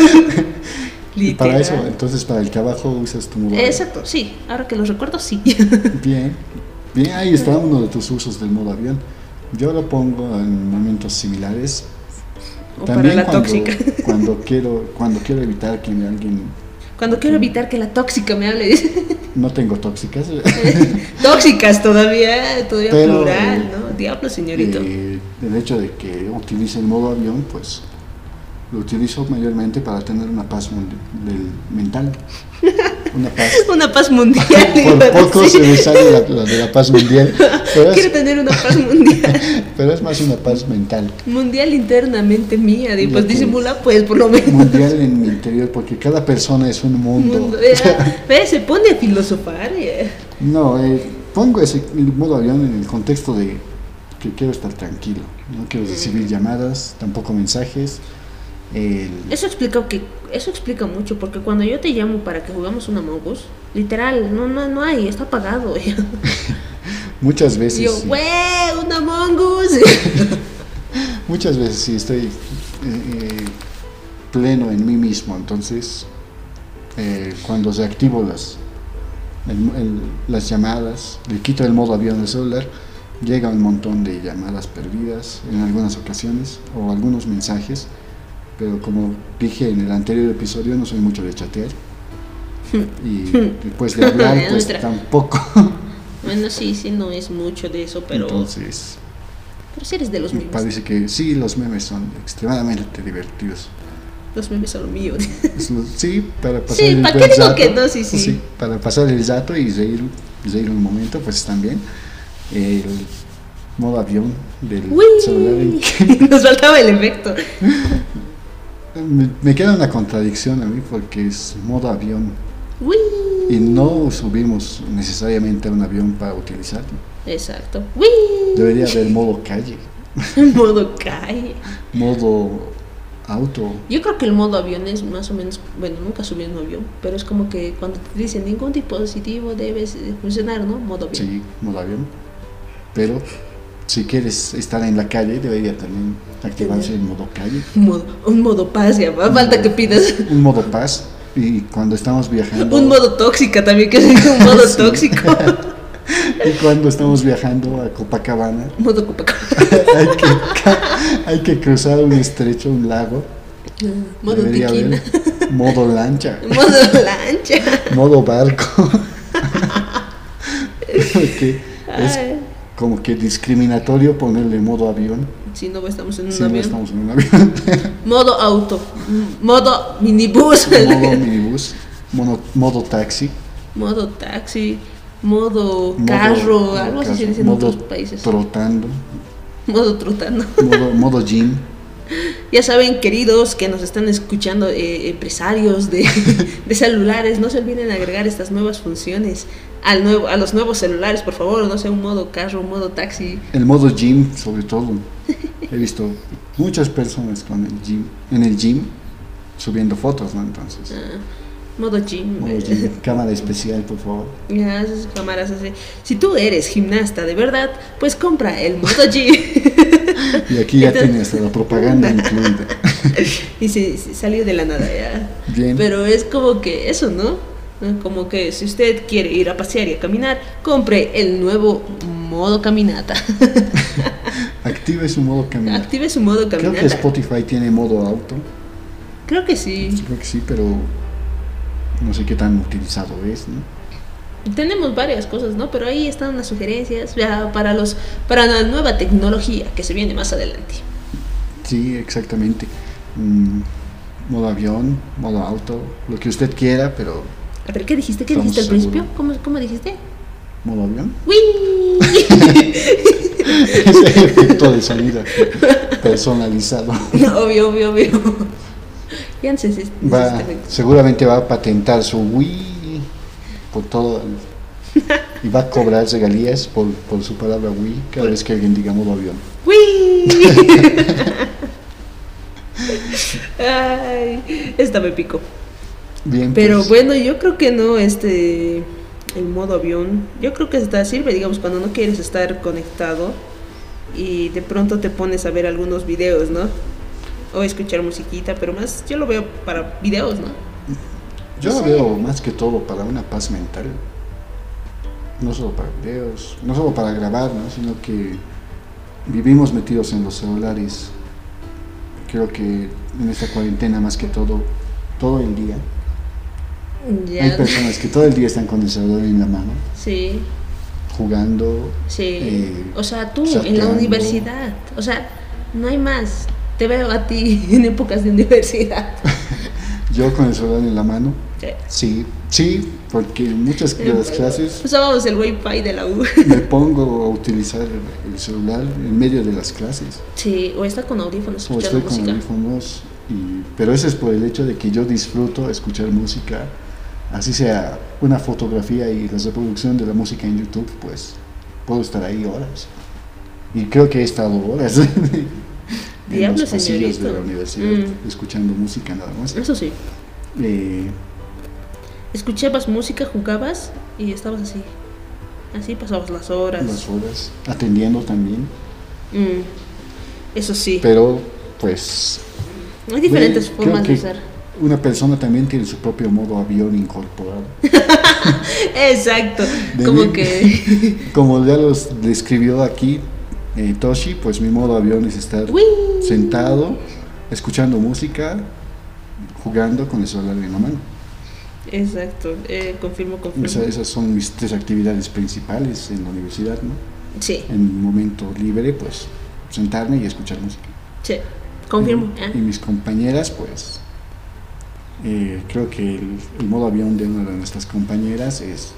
[SPEAKER 1] Y para eso,
[SPEAKER 2] Literal.
[SPEAKER 1] entonces para el trabajo usas tu modo
[SPEAKER 2] Exacto, sí. Ahora que los recuerdo, sí.
[SPEAKER 1] avión. Bien, bien, ahí está uno de tus usos del modo avión. Yo lo pongo en momentos similares.
[SPEAKER 2] o para la
[SPEAKER 1] cuando,
[SPEAKER 2] tóxica.
[SPEAKER 1] cuando quiero, cuando quiero evitar que me alguien
[SPEAKER 2] Cuando quiero evitar que la tóxica me hable.
[SPEAKER 1] no tengo tóxicas.
[SPEAKER 2] Tóxicas todavía, todavía
[SPEAKER 1] Pero,
[SPEAKER 2] plural, ¿no? Diablo, señorito.
[SPEAKER 1] Eh, el hecho de que utilice el modo avión, pues lo utilizo mayormente para tener una paz mun- del- mental. Una paz.
[SPEAKER 2] Una paz mundial. iba
[SPEAKER 1] Por
[SPEAKER 2] a
[SPEAKER 1] poco se
[SPEAKER 2] decir.
[SPEAKER 1] me sale la, la de la paz mundial, pero
[SPEAKER 2] Quiero
[SPEAKER 1] es,
[SPEAKER 2] tener una paz mundial.
[SPEAKER 1] pero es más una paz mental.
[SPEAKER 2] mundial internamente mía. de,
[SPEAKER 1] Ya
[SPEAKER 2] pues
[SPEAKER 1] que-
[SPEAKER 2] disimula, pues, por lo menos.
[SPEAKER 1] Mundial en mi interior, porque cada persona es un mundo.
[SPEAKER 2] Mundo- eh, ve, se pone a filosofar. eh.
[SPEAKER 1] No, eh, pongo ese el modo avión en el contexto de que quiero estar tranquilo. No quiero
[SPEAKER 2] Mm.
[SPEAKER 1] recibir llamadas, tampoco mensajes. el-
[SPEAKER 2] Eso explica que eso explica mucho porque cuando yo te llamo para que jugamos una Among Us, literal, no no no hay, está apagado. eh.
[SPEAKER 1] muchas veces. eh,
[SPEAKER 2] Y yo,
[SPEAKER 1] sí.
[SPEAKER 2] güey, una Among Us.
[SPEAKER 1] Muchas veces sí estoy eh, eh, pleno en mí mismo. Entonces, eh, cuando se activo las, el- el- las llamadas, le quito el modo avión del celular, llega un montón de llamadas perdidas en algunas ocasiones o algunos mensajes. Pero como dije en el anterior episodio, no soy mucho de chatear. Y después de hablar,
[SPEAKER 2] Ya
[SPEAKER 1] pues
[SPEAKER 2] entra.
[SPEAKER 1] tampoco.
[SPEAKER 2] Bueno, sí, sí, no es mucho de eso, pero,
[SPEAKER 1] Entonces,
[SPEAKER 2] pero sí eres de los
[SPEAKER 1] me
[SPEAKER 2] memes.
[SPEAKER 1] parece que sí, los memes son extremadamente divertidos.
[SPEAKER 2] Los memes son lo mío.
[SPEAKER 1] Es lo- Sí, para pasar
[SPEAKER 2] Sí,
[SPEAKER 1] el
[SPEAKER 2] ¿para qué
[SPEAKER 1] buen
[SPEAKER 2] digo
[SPEAKER 1] rato.
[SPEAKER 2] que no? Sí, sí.
[SPEAKER 1] Para pasar el dato y reír, y reír un momento, pues también. El modo avión del
[SPEAKER 2] ¡Uy!
[SPEAKER 1] celular. en que-
[SPEAKER 2] Nos faltaba el efecto.
[SPEAKER 1] me, me queda una contradicción a mí porque es modo avión
[SPEAKER 2] ¡Uy!
[SPEAKER 1] y no subimos necesariamente a un avión para utilizarlo.
[SPEAKER 2] Exacto. ¡Uy!
[SPEAKER 1] Debería haber modo calle,
[SPEAKER 2] modo calle.
[SPEAKER 1] modo auto.
[SPEAKER 2] Yo creo que el modo avión es más o menos, bueno, nunca subí en un avión, pero es como que cuando te dicen ningún dispositivo debe eh, funcionar, ¿no? Modo avión.
[SPEAKER 1] Sí, modo avión. Pero si quieres estar en la calle, debería también activarse el modo calle.
[SPEAKER 2] Modo- un modo paz, ya, va, falta que pidas.
[SPEAKER 1] Un modo paz. Y cuando estamos viajando.
[SPEAKER 2] Un modo tóxica también, que es un modo
[SPEAKER 1] Sí.
[SPEAKER 2] tóxico.
[SPEAKER 1] Y cuando estamos viajando a Copacabana,
[SPEAKER 2] modo Copacabana.
[SPEAKER 1] hay que, ca- hay que cruzar un estrecho, un lago.
[SPEAKER 2] Modo
[SPEAKER 1] debería
[SPEAKER 2] tequila.
[SPEAKER 1] haber modo lancha,
[SPEAKER 2] Modo lancha.
[SPEAKER 1] modo barco. Porque es
[SPEAKER 2] Ay,
[SPEAKER 1] como que discriminatorio ponerle modo avión
[SPEAKER 2] Si no estamos en un
[SPEAKER 1] si no
[SPEAKER 2] avión.
[SPEAKER 1] estamos en un avión.
[SPEAKER 2] Modo auto. M- Modo minibús.
[SPEAKER 1] modo minibús, mono- modo taxi,
[SPEAKER 2] modo taxi. Modo
[SPEAKER 1] modo-
[SPEAKER 2] carro.
[SPEAKER 1] modo
[SPEAKER 2] algo así se
[SPEAKER 1] carro,
[SPEAKER 2] dice en
[SPEAKER 1] modo
[SPEAKER 2] otros países.
[SPEAKER 1] Trotando,
[SPEAKER 2] modo trotando.
[SPEAKER 1] modo, modo gym.
[SPEAKER 2] Ya saben, queridos que nos están escuchando, eh, empresarios de, de celulares, no se olviden agregar estas nuevas funciones al nuevo, a los nuevos celulares, por favor. No sea un modo carro, un modo taxi.
[SPEAKER 1] El modo gym, sobre todo. He visto muchas personas con el gym, en el gym subiendo fotos, ¿no? Entonces,
[SPEAKER 2] ah, modo gym.
[SPEAKER 1] modo
[SPEAKER 2] eh,
[SPEAKER 1] gym, cámara especial, por favor.
[SPEAKER 2] Ya, esas cámaras así. Si tú eres gimnasta de verdad, pues compra el Moto G.
[SPEAKER 1] Y aquí ya
[SPEAKER 2] Entonces-
[SPEAKER 1] tiene hasta la propaganda incluida.
[SPEAKER 2] y se, se salió de la nada, ya.
[SPEAKER 1] Bien,
[SPEAKER 2] Pero es como que eso, ¿no? Como que si usted quiere ir a pasear y a caminar, compre el nuevo modo caminata.
[SPEAKER 1] active su modo caminar.
[SPEAKER 2] Active su modo
[SPEAKER 1] Creo
[SPEAKER 2] caminata.
[SPEAKER 1] que Spotify tiene modo auto,
[SPEAKER 2] Creo que sí.
[SPEAKER 1] creo que sí, pero no sé qué tan utilizado es, ¿no?
[SPEAKER 2] Tenemos varias cosas, ¿no? Pero ahí están las sugerencias ya, para los para la nueva tecnología que se viene más adelante.
[SPEAKER 1] Sí, exactamente. Mm, modo avión, modo auto, lo que usted quiera, pero
[SPEAKER 2] A ver, ¿qué dijiste? ¿Qué
[SPEAKER 1] Estamos
[SPEAKER 2] dijiste al
[SPEAKER 1] seguros.
[SPEAKER 2] principio? ¿Cómo, cómo dijiste?
[SPEAKER 1] modo avión.
[SPEAKER 2] ¡Wii!
[SPEAKER 1] Ese efecto de sonido aquí, personalizado.
[SPEAKER 2] Obvio, obvio, obvio. Ya no sé si
[SPEAKER 1] Va, seguramente va a patentar su Wii por todo el- y va a cobrar regalías por, por su palabra Wii cada vez que alguien diga modo avión.
[SPEAKER 2] ¡Uy! Ay, esta me picó.
[SPEAKER 1] Bien,
[SPEAKER 2] Pero
[SPEAKER 1] pues,
[SPEAKER 2] bueno, yo creo que no, este, el modo avión, yo creo que está sirve, digamos, cuando no quieres estar conectado y de pronto te pones a ver algunos videos, ¿no? O escuchar musiquita, pero más, yo lo veo para videos, ¿no?
[SPEAKER 1] yo lo
[SPEAKER 2] sí.
[SPEAKER 1] veo más que todo para una paz mental. No solo para videos, no solo para grabar, ¿no? sino que vivimos metidos en los celulares. Creo que en esta cuarentena más que todo, todo el día. Hay
[SPEAKER 2] Ya,
[SPEAKER 1] personas que todo el día están con el celular en la mano,
[SPEAKER 2] sí.
[SPEAKER 1] jugando.
[SPEAKER 2] Sí.
[SPEAKER 1] Eh,
[SPEAKER 2] o sea, tú en la
[SPEAKER 1] chateando.
[SPEAKER 2] universidad. O sea, no hay más. Te veo a ti en épocas de universidad.
[SPEAKER 1] Yo con el celular en la mano.
[SPEAKER 2] Sí.
[SPEAKER 1] Sí, sí, porque en muchas de las clases
[SPEAKER 2] Usábamos el wifi de la U.
[SPEAKER 1] me pongo a utilizar el celular en medio de las clases.
[SPEAKER 2] Sí, o está con audífonos
[SPEAKER 1] O
[SPEAKER 2] escuchando
[SPEAKER 1] estoy con
[SPEAKER 2] música.
[SPEAKER 1] audífonos. Y, pero eso es por el hecho de que yo disfruto escuchar música, así sea una fotografía y la reproducción de la música en YouTube, pues puedo estar ahí horas. Y creo que he estado horas en
[SPEAKER 2] Diablo,
[SPEAKER 1] los pasillos de la
[SPEAKER 2] señorito. Mm.
[SPEAKER 1] universidad escuchando música nada más.
[SPEAKER 2] Eso sí.
[SPEAKER 1] Eh,
[SPEAKER 2] Escuchabas música, jugabas y estabas así. Así pasabas las horas.
[SPEAKER 1] las horas, atendiendo también,
[SPEAKER 2] Mm, Eso sí.
[SPEAKER 1] pero pues
[SPEAKER 2] Hay diferentes
[SPEAKER 1] Bueno,
[SPEAKER 2] formas de
[SPEAKER 1] creo que
[SPEAKER 2] usar.
[SPEAKER 1] Una persona también tiene su propio modo avión incorporado.
[SPEAKER 2] Exacto.
[SPEAKER 1] De
[SPEAKER 2] como
[SPEAKER 1] mí-
[SPEAKER 2] que.
[SPEAKER 1] Como ya los describió aquí eh, Toshi, pues mi modo avión es estar
[SPEAKER 2] ¡Uy!
[SPEAKER 1] sentado, escuchando música, jugando con el celular en la mano.
[SPEAKER 2] Exacto. Eh, confirmo, confirmo.
[SPEAKER 1] O sea, esas son mis tres actividades principales en la universidad, ¿no?
[SPEAKER 2] Sí,
[SPEAKER 1] En mi momento libre, pues sentarme y escuchar música.
[SPEAKER 2] sí. Confirmo.
[SPEAKER 1] Y-
[SPEAKER 2] Ah,
[SPEAKER 1] Mm, Y, mis compañeras, pues eh, creo que el, el modo avión de una de nuestras compañeras es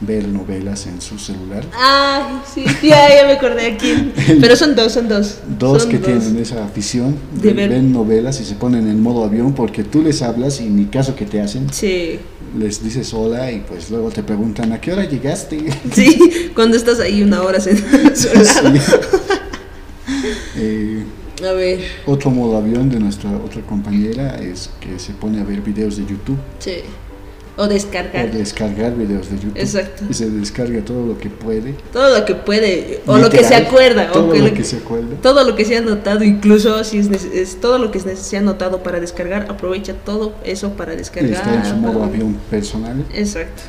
[SPEAKER 1] ver novelas en su celular.
[SPEAKER 2] Ay, sí, ya, ya me acordé aquí. Pero son dos, son dos.
[SPEAKER 1] Dos
[SPEAKER 2] Son
[SPEAKER 1] que tienen esa afición
[SPEAKER 2] De
[SPEAKER 1] de,
[SPEAKER 2] ver-
[SPEAKER 1] ver. novelas y se ponen en modo avión porque tú les hablas y ni caso que te hacen,
[SPEAKER 2] Sí,
[SPEAKER 1] les dices hola y pues luego te preguntan a qué hora llegaste.
[SPEAKER 2] sí, cuando estás ahí una hora sentado
[SPEAKER 1] Sí. Eh,
[SPEAKER 2] A ver,
[SPEAKER 1] otro modo avión de nuestra otra compañera es que se pone a ver videos de YouTube
[SPEAKER 2] sí. O descargar.
[SPEAKER 1] o descargar videos de YouTube.
[SPEAKER 2] Exacto.
[SPEAKER 1] Y se descarga todo lo que puede.
[SPEAKER 2] Todo lo que puede, o lo que se
[SPEAKER 1] Literal,
[SPEAKER 2] acuerda,
[SPEAKER 1] Todo
[SPEAKER 2] o que
[SPEAKER 1] lo
[SPEAKER 2] lo-
[SPEAKER 1] que se acuerda.
[SPEAKER 2] todo lo que se ha anotado, incluso si es, nece- es todo lo que se- se ha anotado para descargar, aprovecha todo eso para descargar.
[SPEAKER 1] Está en su modo
[SPEAKER 2] para-
[SPEAKER 1] avión personal.
[SPEAKER 2] Exacto.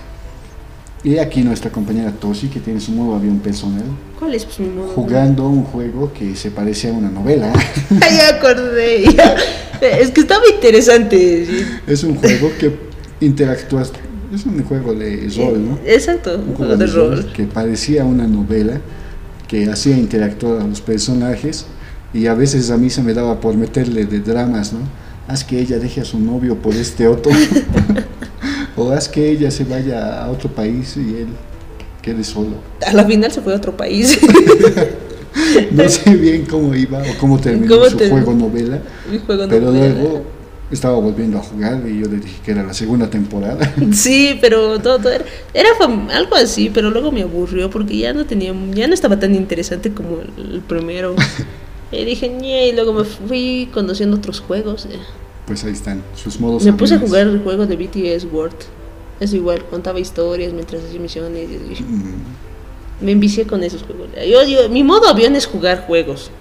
[SPEAKER 1] Y aquí nuestra compañera Toshi, que tiene su modo avión personal,
[SPEAKER 2] ¿Cuál es pues, mi modo?
[SPEAKER 1] jugando un juego que se parece a una novela.
[SPEAKER 2] Ay, ya acordé. ya. Es que estaba interesante. sí.
[SPEAKER 1] es un juego que interactúas. Es un juego de rol, ¿no?
[SPEAKER 2] Exacto,
[SPEAKER 1] Un
[SPEAKER 2] un
[SPEAKER 1] juego
[SPEAKER 2] juego de rol.
[SPEAKER 1] que parecía una novela, que hacía interactuar a los personajes y a veces a mí se me daba por meterle de dramas, ¿no? Haz que ella deje a su novio por este otro, o haz que ella se vaya a otro país y él quede solo.
[SPEAKER 2] A la final se fue a otro país.
[SPEAKER 1] No sé bien cómo iba o cómo terminó
[SPEAKER 2] ¿Cómo
[SPEAKER 1] su
[SPEAKER 2] terminó?
[SPEAKER 1] juego novela,
[SPEAKER 2] Mi juego no
[SPEAKER 1] pero
[SPEAKER 2] fue.
[SPEAKER 1] luego estaba volviendo a jugar y yo le dije que era la segunda temporada.
[SPEAKER 2] Sí, pero todo, todo era, era fam- algo así, pero luego me aburrió porque ya no tenía, ya no estaba tan interesante como el, el primero. y dije, "Ñe", y luego me fui conociendo otros juegos. eh.
[SPEAKER 1] Pues ahí están sus modos.
[SPEAKER 2] Me puse a
[SPEAKER 1] aviones.
[SPEAKER 2] jugar el juego de BTS World. Es igual, contaba historias mientras hacía misiones. y-
[SPEAKER 1] Mm.
[SPEAKER 2] y me envicié con esos juegos. Yo, yo- mi modo avión es jugar juegos.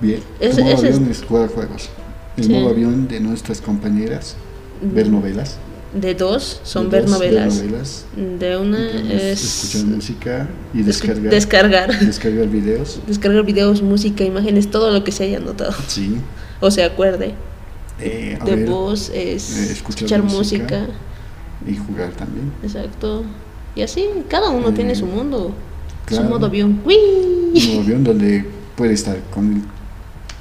[SPEAKER 1] Bien.
[SPEAKER 2] Ese-
[SPEAKER 1] el modo
[SPEAKER 2] ese es-
[SPEAKER 1] avión es jugar juegos. El
[SPEAKER 2] Sí.
[SPEAKER 1] modo avión de nuestras compañeras, ver novelas.
[SPEAKER 2] De dos son
[SPEAKER 1] De
[SPEAKER 2] ver
[SPEAKER 1] dos,
[SPEAKER 2] novelas.
[SPEAKER 1] novelas.
[SPEAKER 2] De una
[SPEAKER 1] Entonces,
[SPEAKER 2] es
[SPEAKER 1] Escuchar música y
[SPEAKER 2] es que-
[SPEAKER 1] descargar,
[SPEAKER 2] descargar.
[SPEAKER 1] descargar videos.
[SPEAKER 2] Descargar videos, música, imágenes, todo lo que se haya anotado
[SPEAKER 1] Sí.
[SPEAKER 2] o se acuerde.
[SPEAKER 1] Eh, a
[SPEAKER 2] De
[SPEAKER 1] ver,
[SPEAKER 2] voz es
[SPEAKER 1] eh,
[SPEAKER 2] escuchar,
[SPEAKER 1] escuchar
[SPEAKER 2] música.
[SPEAKER 1] música. Y jugar también.
[SPEAKER 2] exacto. Y así, cada uno
[SPEAKER 1] Eh,
[SPEAKER 2] tiene su mundo,
[SPEAKER 1] claro.
[SPEAKER 2] su modo avión.
[SPEAKER 1] Un
[SPEAKER 2] ¡Wii!
[SPEAKER 1] modo avión donde puede estar con,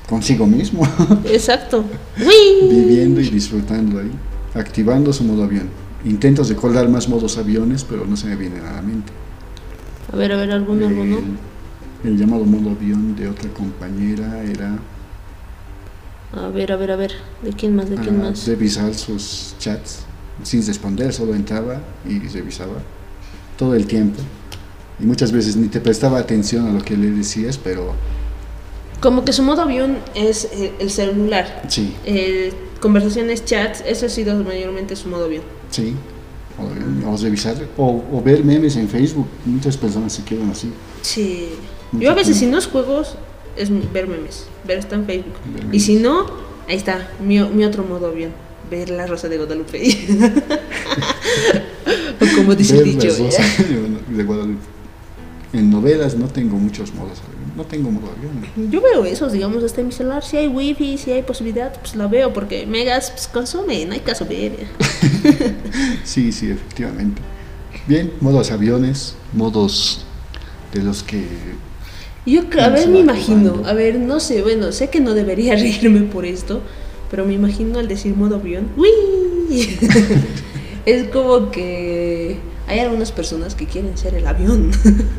[SPEAKER 1] consigo mismo,
[SPEAKER 2] Exacto. ¡Wii!
[SPEAKER 1] viviendo y disfrutando ahí, activando su modo avión. Intento recordar más modos aviones, pero no se me viene a la mente.
[SPEAKER 2] A ver, a ver,
[SPEAKER 1] Eh,
[SPEAKER 2] alguno, alguno.
[SPEAKER 1] El, el llamado modo avión de otra compañera era
[SPEAKER 2] A ver, a ver, a ver. ¿De quién más? ¿De quién
[SPEAKER 1] ah,
[SPEAKER 2] más?
[SPEAKER 1] revisar sus chats sin responder, solo entraba y revisaba todo el tiempo. Y muchas veces ni te prestaba atención a lo que le decías, pero
[SPEAKER 2] Como que su modo avión es eh, el celular.
[SPEAKER 1] sí,
[SPEAKER 2] Eh, conversaciones, chats, eso ha sido mayormente su modo avión.
[SPEAKER 1] sí. O, o revisar, o, o ver memes en Facebook. Muchas personas se quedan así.
[SPEAKER 2] Sí.
[SPEAKER 1] Mucho
[SPEAKER 2] Yo a veces
[SPEAKER 1] tiempo.
[SPEAKER 2] si no es juegos, es ver memes, ver está en Facebook.
[SPEAKER 1] Ver
[SPEAKER 2] Y
[SPEAKER 1] memes.
[SPEAKER 2] si no, ahí está, mi, mi otro modo avión, ver la rosa de Guadalupe. o como dice el
[SPEAKER 1] Ver
[SPEAKER 2] dicho.
[SPEAKER 1] las
[SPEAKER 2] ¿eh?
[SPEAKER 1] rosas de Guadalupe. En novelas no tengo muchos modos. avión, No tengo modo avión.
[SPEAKER 2] Yo veo esos, digamos, hasta en mi celular, si hay wifi, si hay posibilidad, pues la veo, porque megas pues, consume, no hay caso ver. ¿eh?
[SPEAKER 1] Sí, sí, efectivamente. Bien, modos aviones, modos de los que...
[SPEAKER 2] Yo, cre- a
[SPEAKER 1] No se
[SPEAKER 2] ver, me
[SPEAKER 1] va
[SPEAKER 2] imagino,
[SPEAKER 1] jugando.
[SPEAKER 2] a ver, no sé, bueno, sé que no debería reírme por esto, pero me imagino al decir modo avión, ¡uy! es como que hay algunas personas que quieren ser el avión.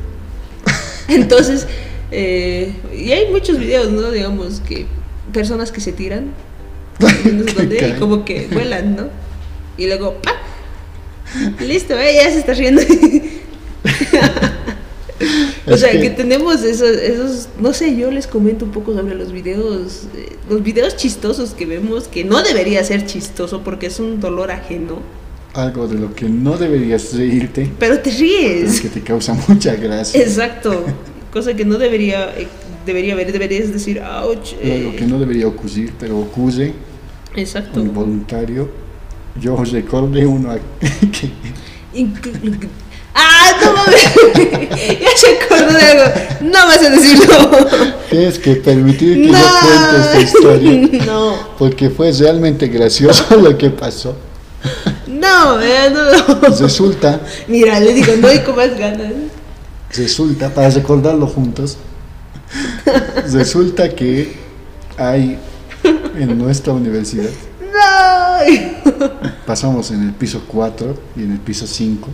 [SPEAKER 2] Entonces, eh, y hay muchos videos, ¿no? Digamos que personas que se tiran, y no sé dónde, y
[SPEAKER 1] caen.
[SPEAKER 2] como que vuelan, ¿no? Y luego, ¡pa! Listo, eh, ya se está riendo. O
[SPEAKER 1] Es
[SPEAKER 2] sea, que tenemos esos, esos, no sé, yo les comento un poco sobre los videos, eh, los videos chistosos que vemos, que no debería ser chistoso porque es un dolor ajeno,
[SPEAKER 1] Algo de lo que no deberías reírte,
[SPEAKER 2] pero te
[SPEAKER 1] pero
[SPEAKER 2] ríes.
[SPEAKER 1] que te causa mucha gracia.
[SPEAKER 2] Exacto, cosa que no debería eh, debería haber, deberías decir, ouch.
[SPEAKER 1] Lo, lo
[SPEAKER 2] eh,
[SPEAKER 1] que no debería ocurrir, pero ocurre
[SPEAKER 2] Exacto.
[SPEAKER 1] involuntario. Yo os recordé uno a- que
[SPEAKER 2] Inc- ¡Ah, no mames! ya se acordó de algo. No vas a decirlo.
[SPEAKER 1] tienes que permitir que
[SPEAKER 2] no.
[SPEAKER 1] yo cuente esta historia.
[SPEAKER 2] no.
[SPEAKER 1] Porque fue realmente gracioso lo que pasó.
[SPEAKER 2] No, eh, no.
[SPEAKER 1] Resulta,
[SPEAKER 2] Mira, le digo, no hay con más ganas.
[SPEAKER 1] resulta, para recordarlo juntos, resulta que hay en nuestra universidad,
[SPEAKER 2] No.
[SPEAKER 1] pasamos en el piso 4 y en el piso 5,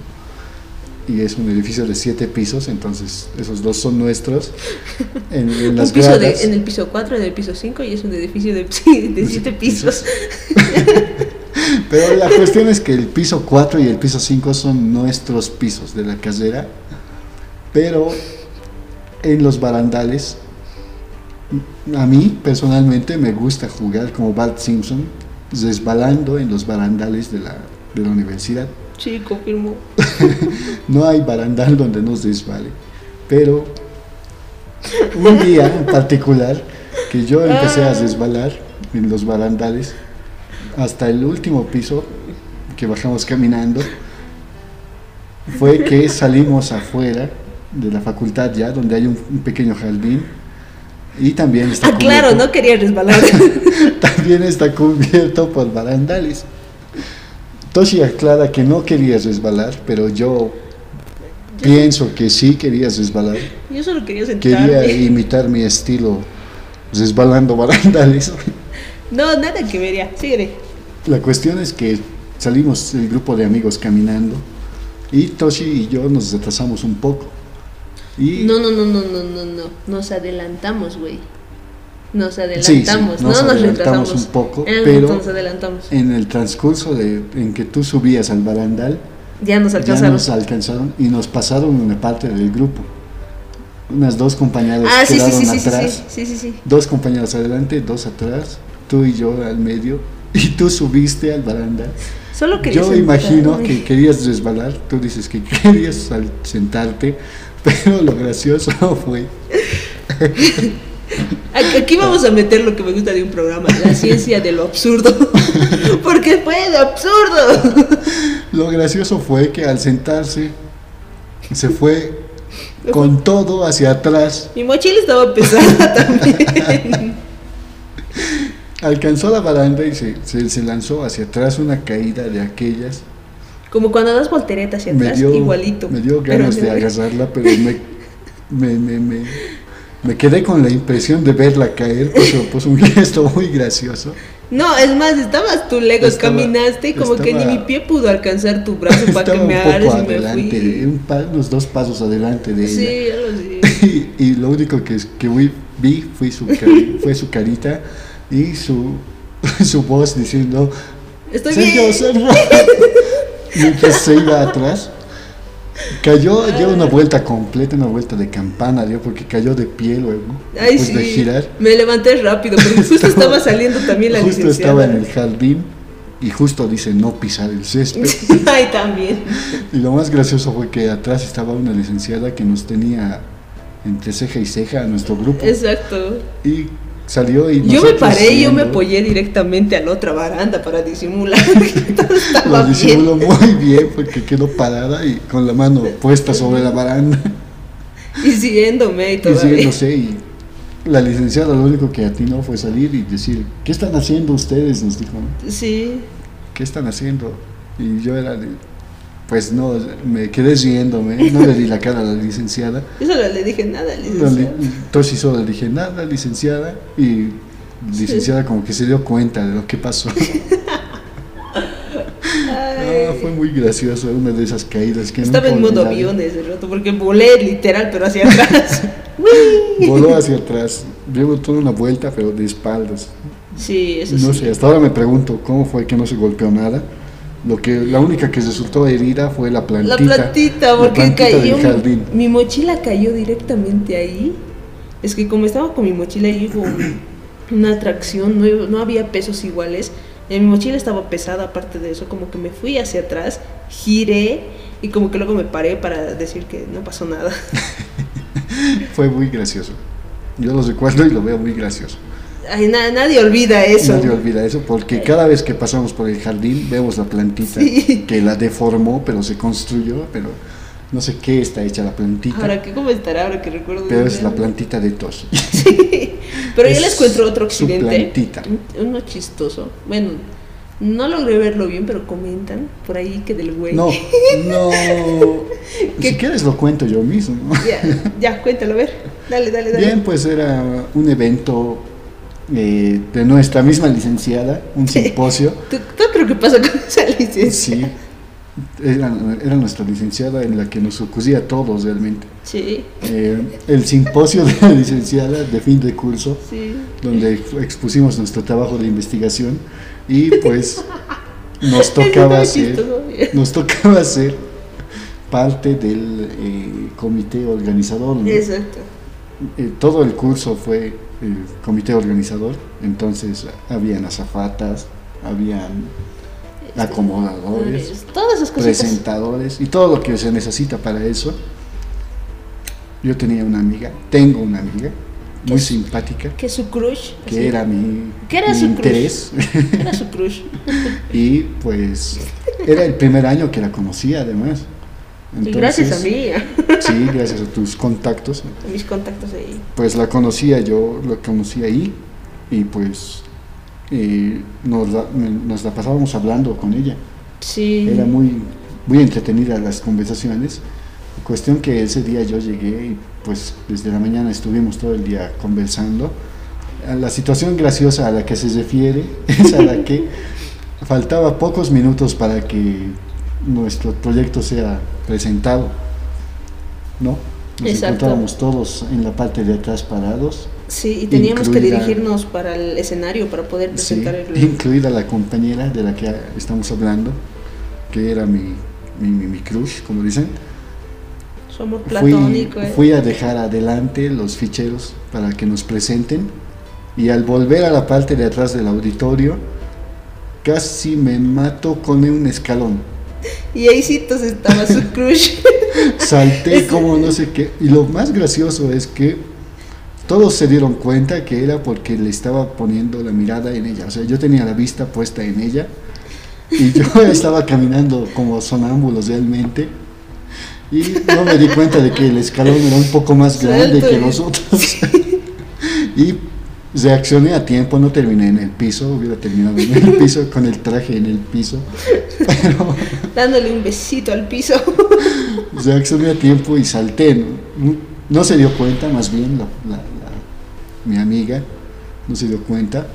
[SPEAKER 1] y es un edificio de 7 pisos, entonces esos dos son nuestros. En, en las
[SPEAKER 2] Un piso de-
[SPEAKER 1] gradas,
[SPEAKER 2] en el piso 4, en el piso 5 y es un edificio de 7 pisos.
[SPEAKER 1] Pero la cuestión es que el piso 4 y el piso 5 son nuestros pisos de la casera, pero en los barandales, a mí personalmente me gusta jugar como Bart Simpson, resbalando en los barandales de la, de la universidad.
[SPEAKER 2] Sí, confirmo.
[SPEAKER 1] No hay barandal donde nos desvale. Pero un día en particular que yo empecé
[SPEAKER 2] Ah.
[SPEAKER 1] a desvalar en los barandales hasta el último piso que bajamos caminando, fue que salimos afuera de la facultad ya, donde hay un, un pequeño jardín. Y también está
[SPEAKER 2] Ah, claro,
[SPEAKER 1] cubierto-
[SPEAKER 2] no quería resbalar.
[SPEAKER 1] también está cubierto por barandales. Toshi aclara que no querías resbalar, pero yo pienso que sí querías resbalar.
[SPEAKER 2] Yo solo quería sentarme.
[SPEAKER 1] Quería imitar mi estilo resbalando barandales.
[SPEAKER 2] No, nada que ver ya. Síguele.
[SPEAKER 1] La cuestión es que salimos el grupo de amigos caminando y Toshi y yo nos retrasamos un poco. Y
[SPEAKER 2] No, no, no, no, no, no, no. Nos adelantamos, güey. Nos
[SPEAKER 1] sí,
[SPEAKER 2] adelantamos,
[SPEAKER 1] nos
[SPEAKER 2] no nos
[SPEAKER 1] adelantamos
[SPEAKER 2] retrasamos.
[SPEAKER 1] un poco,
[SPEAKER 2] En el
[SPEAKER 1] pero- eh,
[SPEAKER 2] momento nos adelantamos.
[SPEAKER 1] en el transcurso de, en que tú subías al barandal,
[SPEAKER 2] Ya nos
[SPEAKER 1] ya
[SPEAKER 2] alcanzaron.
[SPEAKER 1] nos alcanzaron y nos pasaron una parte del grupo. Unas dos compañeras
[SPEAKER 2] ah, sí, sí,
[SPEAKER 1] quedaron
[SPEAKER 2] sí, sí, sí,
[SPEAKER 1] atrás,
[SPEAKER 2] sí, sí, sí, sí.
[SPEAKER 1] dos compañeras adelante, dos atrás, tú y yo al medio, y tú subiste al barandal.
[SPEAKER 2] Solo quería
[SPEAKER 1] Yo
[SPEAKER 2] sentarme.
[SPEAKER 1] imagino que querías resbalar, tú dices que querías sal- sentarte, pero lo gracioso fue
[SPEAKER 2] Aquí aquí vamos a meter lo que me gusta de un programa, la ciencia de lo absurdo. Porque fue de absurdo.
[SPEAKER 1] Lo gracioso fue que al sentarse se fue con todo hacia atrás,
[SPEAKER 2] Mi mochila estaba pesada también.
[SPEAKER 1] alcanzó la baranda y se, se- se lanzó hacia atrás una caída de aquellas.
[SPEAKER 2] Como cuando das voltereta hacia
[SPEAKER 1] Me
[SPEAKER 2] atrás,
[SPEAKER 1] dio,
[SPEAKER 2] igualito.
[SPEAKER 1] me dio
[SPEAKER 2] pero
[SPEAKER 1] ganas
[SPEAKER 2] me
[SPEAKER 1] de
[SPEAKER 2] duele.
[SPEAKER 1] agarrarla, pero me, me, me- me- me quedé con la impresión de verla caer, pues, pues un gesto muy gracioso.
[SPEAKER 2] No, es más, estabas tú lejos,
[SPEAKER 1] Estaba-
[SPEAKER 2] caminaste y como que ni
[SPEAKER 1] estaba-
[SPEAKER 2] mi pie pudo alcanzar tu brazo para
[SPEAKER 1] Estaba
[SPEAKER 2] que
[SPEAKER 1] un
[SPEAKER 2] me agarres
[SPEAKER 1] poco
[SPEAKER 2] y me
[SPEAKER 1] adelante,
[SPEAKER 2] fui.
[SPEAKER 1] un pa- unos dos pasos adelante de ella.
[SPEAKER 2] Sí, algo así.
[SPEAKER 1] y, y lo único que, es- que vi, vi fue, su cari- fue su carita y su, su voz diciendo,
[SPEAKER 2] Estoy
[SPEAKER 1] Sergio,
[SPEAKER 2] bien.
[SPEAKER 1] Sergio. Mientras se iba atrás, cayó, dio una vuelta completa, una vuelta de campana, dio, porque cayó de pie luego,
[SPEAKER 2] Ay,
[SPEAKER 1] después
[SPEAKER 2] sí.
[SPEAKER 1] pues, de girar.
[SPEAKER 2] Me levanté rápido porque justo estaba saliendo también la
[SPEAKER 1] Justo
[SPEAKER 2] licenciada.
[SPEAKER 1] estaba en el jardín y justo dice no pisar el césped.
[SPEAKER 2] Ay, también.
[SPEAKER 1] Y lo más gracioso fue que atrás estaba una licenciada que nos tenía entre ceja y ceja a nuestro grupo.
[SPEAKER 2] Exacto.
[SPEAKER 1] Y salió y
[SPEAKER 2] Yo me
[SPEAKER 1] nosotros
[SPEAKER 2] paré y yo me
[SPEAKER 1] viendo,
[SPEAKER 2] apoyé directamente a la otra baranda para disimular que todo estaba
[SPEAKER 1] Lo
[SPEAKER 2] bien.
[SPEAKER 1] disimuló muy bien porque quedó parada y con la mano puesta sobre la baranda
[SPEAKER 2] Y siguiéndome y
[SPEAKER 1] y
[SPEAKER 2] todavía.
[SPEAKER 1] siguiéndose y la licenciada lo único que atinó fue salir y decir, ¿qué están haciendo ustedes? Nos dijo, ¿no?
[SPEAKER 2] Sí.
[SPEAKER 1] ¿qué están haciendo? Y yo era de, pues no, me quedé riéndome, no le di la cara a la licenciada.
[SPEAKER 2] Yo solo le dije nada, licenciada.
[SPEAKER 1] Entonces solo le dije, nada, licenciada. Y licenciada como que se dio cuenta de lo que pasó. Ah,
[SPEAKER 2] Ay.
[SPEAKER 1] fue muy gracioso, una de esas caídas que
[SPEAKER 2] Estaba
[SPEAKER 1] nunca
[SPEAKER 2] en modo
[SPEAKER 1] olvidaré.
[SPEAKER 2] avión ese rato porque volé literal, pero hacia atrás. ¡Wii!
[SPEAKER 1] Voló hacia atrás, dio toda una vuelta, pero de espaldas.
[SPEAKER 2] sí, eso
[SPEAKER 1] No
[SPEAKER 2] sí.
[SPEAKER 1] sé, hasta ahora me pregunto cómo fue que no se golpeó nada. Lo que, la única que resultó herida fue la plantita.
[SPEAKER 2] La plantita,
[SPEAKER 1] la
[SPEAKER 2] porque
[SPEAKER 1] plantita
[SPEAKER 2] cayó.
[SPEAKER 1] del jardín.
[SPEAKER 2] Mi mochila cayó directamente ahí. Es que como estaba con mi mochila y hubo una atracción, no, iba- no había pesos iguales. eh, mi mochila estaba pesada, aparte de eso, como que me fui hacia atrás, giré y como que luego me paré para decir que no pasó nada.
[SPEAKER 1] Fue muy gracioso. Yo los recuerdo y lo veo muy gracioso.
[SPEAKER 2] Ay, na- nadie olvida eso.
[SPEAKER 1] Nadie olvida eso, porque cada vez que pasamos por el jardín vemos la plantita
[SPEAKER 2] Sí.
[SPEAKER 1] que la deformó, pero se construyó, pero no sé qué está hecha la plantita,
[SPEAKER 2] Ahora, ¿qué, ¿cómo estará ahora que recuerdo?
[SPEAKER 1] pero
[SPEAKER 2] bien?
[SPEAKER 1] es la plantita de tos.
[SPEAKER 2] Pero yo
[SPEAKER 1] es
[SPEAKER 2] les cuento otro
[SPEAKER 1] su
[SPEAKER 2] accidente.
[SPEAKER 1] plantita.
[SPEAKER 2] Uno chistoso. Bueno, no logré verlo bien, pero comentan por ahí que del güey.
[SPEAKER 1] No, no.
[SPEAKER 2] ¿Qué?
[SPEAKER 1] Si quieres lo cuento yo mismo.
[SPEAKER 2] Ya, ya, cuéntalo, a ver. Dale, dale, dale.
[SPEAKER 1] Bien, pues era un evento eh, de nuestra misma licenciada, un
[SPEAKER 2] Sí.
[SPEAKER 1] simposio.
[SPEAKER 2] ¿Tú, tú creo que pasó con esa licencia?
[SPEAKER 1] Sí, era, era nuestra licenciada en la que nos ocurría a todos realmente.
[SPEAKER 2] Sí,
[SPEAKER 1] Eh, el simposio de la licenciada de fin de curso,
[SPEAKER 2] sí.
[SPEAKER 1] donde expusimos nuestro trabajo de investigación y pues nos tocaba
[SPEAKER 2] Eso
[SPEAKER 1] hacer...
[SPEAKER 2] estaba chistoso.
[SPEAKER 1] nos tocaba ser parte del eh, comité organizador. ¿no?
[SPEAKER 2] Exacto.
[SPEAKER 1] Eh, todo el curso fue el comité organizador, entonces habían azafatas, habían acomodadores,
[SPEAKER 2] Todas esas cositas.
[SPEAKER 1] presentadores y todo lo que se necesita para eso. Yo tenía una amiga, tengo una amiga muy simpática
[SPEAKER 2] Que su crush. así,
[SPEAKER 1] que era mi,
[SPEAKER 2] Pues, ¿Qué era
[SPEAKER 1] mi
[SPEAKER 2] su crush?
[SPEAKER 1] interés
[SPEAKER 2] Era su crush.
[SPEAKER 1] y pues era el primer año que la conocía además.
[SPEAKER 2] y gracias a
[SPEAKER 1] Entonces,
[SPEAKER 2] mí, a
[SPEAKER 1] Sí, gracias a tus contactos.
[SPEAKER 2] mis contactos ahí.
[SPEAKER 1] Pues la conocía yo, la conocí ahí y pues eh, nos, la, me- nos la pasábamos hablando con ella.
[SPEAKER 2] Sí.
[SPEAKER 1] Era muy, muy entretenida las conversaciones. Cuestión que ese día yo llegué y pues desde la mañana estuvimos todo el día conversando. A La situación graciosa a la que se refiere es a la que faltaba pocos minutos para que nuestro proyecto sea presentado. ¿No? Nos
[SPEAKER 2] Exacto.
[SPEAKER 1] encontrábamos todos en la parte de atrás parados,
[SPEAKER 2] Sí, y teníamos que
[SPEAKER 1] Incluida-
[SPEAKER 2] dirigirnos para el escenario para poder
[SPEAKER 1] sí,
[SPEAKER 2] presentar el.
[SPEAKER 1] incluida la compañera de la que estamos hablando, que era mi, mi, mi, mi crush, como dicen.
[SPEAKER 2] Su amor
[SPEAKER 1] Fui,
[SPEAKER 2] platónico. eh.
[SPEAKER 1] fui a dejar adelante los ficheros para que nos presenten y al volver a la parte de atrás del auditorio casi me mato con un escalón.
[SPEAKER 2] Y ahí sí, entonces estaba su crush.
[SPEAKER 1] Salté como no sé qué. Y lo más gracioso es que todos se dieron cuenta que era porque le estaba poniendo la mirada en ella. O sea, yo tenía la vista puesta en ella y yo estaba caminando como sonámbulos realmente. Y no me di cuenta de que el escalón era un poco más grande
[SPEAKER 2] Suelto
[SPEAKER 1] que
[SPEAKER 2] y-
[SPEAKER 1] los otros. Y reaccioné a tiempo, no terminé en el piso, hubiera terminado en el piso con el traje en el piso. Pero
[SPEAKER 2] dándole un besito al piso.
[SPEAKER 1] Pues, reaccioné a tiempo y salté. No, No se dio cuenta, más bien, la, la- la- mi amiga no se dio cuenta,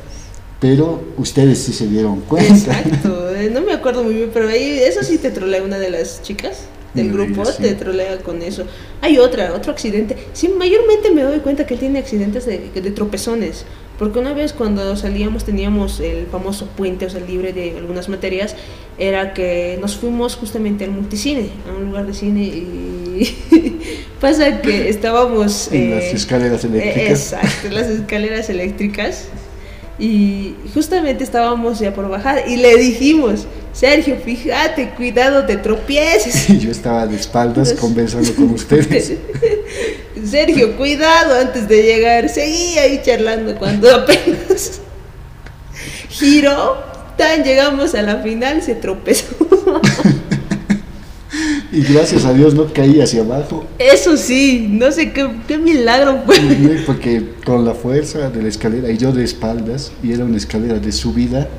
[SPEAKER 1] pero ustedes sí se dieron cuenta.
[SPEAKER 2] Exacto. eh, No me acuerdo muy bien, pero ahí eso sí te trolea una de las chicas del
[SPEAKER 1] Una de
[SPEAKER 2] grupo,
[SPEAKER 1] ellas, sí.
[SPEAKER 2] te trolea con eso. Hay otra, otro accidente. Sí, mayormente me doy cuenta que él tiene accidentes de, de tropezones. Porque una vez cuando salíamos teníamos el famoso puente, o sea, libre de algunas materias, era que nos fuimos justamente al multicine, a un lugar de cine y pasa que estábamos...
[SPEAKER 1] En
[SPEAKER 2] eh,
[SPEAKER 1] las escaleras eléctricas.
[SPEAKER 2] Exacto, las escaleras eléctricas. Y justamente estábamos ya por bajar y le dijimos, Sergio, fíjate, cuidado, te tropieces.
[SPEAKER 1] Y yo estaba de espaldas
[SPEAKER 2] Los-
[SPEAKER 1] conversando con ustedes.
[SPEAKER 2] Sergio, cuidado antes de llegar. Seguí ahí charlando cuando apenas giró. Tan llegamos a la final, se tropezó.
[SPEAKER 1] Y gracias a Dios no caí hacia abajo,
[SPEAKER 2] Eso sí, no sé qué, qué milagro fue.
[SPEAKER 1] porque con la fuerza de la escalera y yo de espaldas, y era una escalera de subida,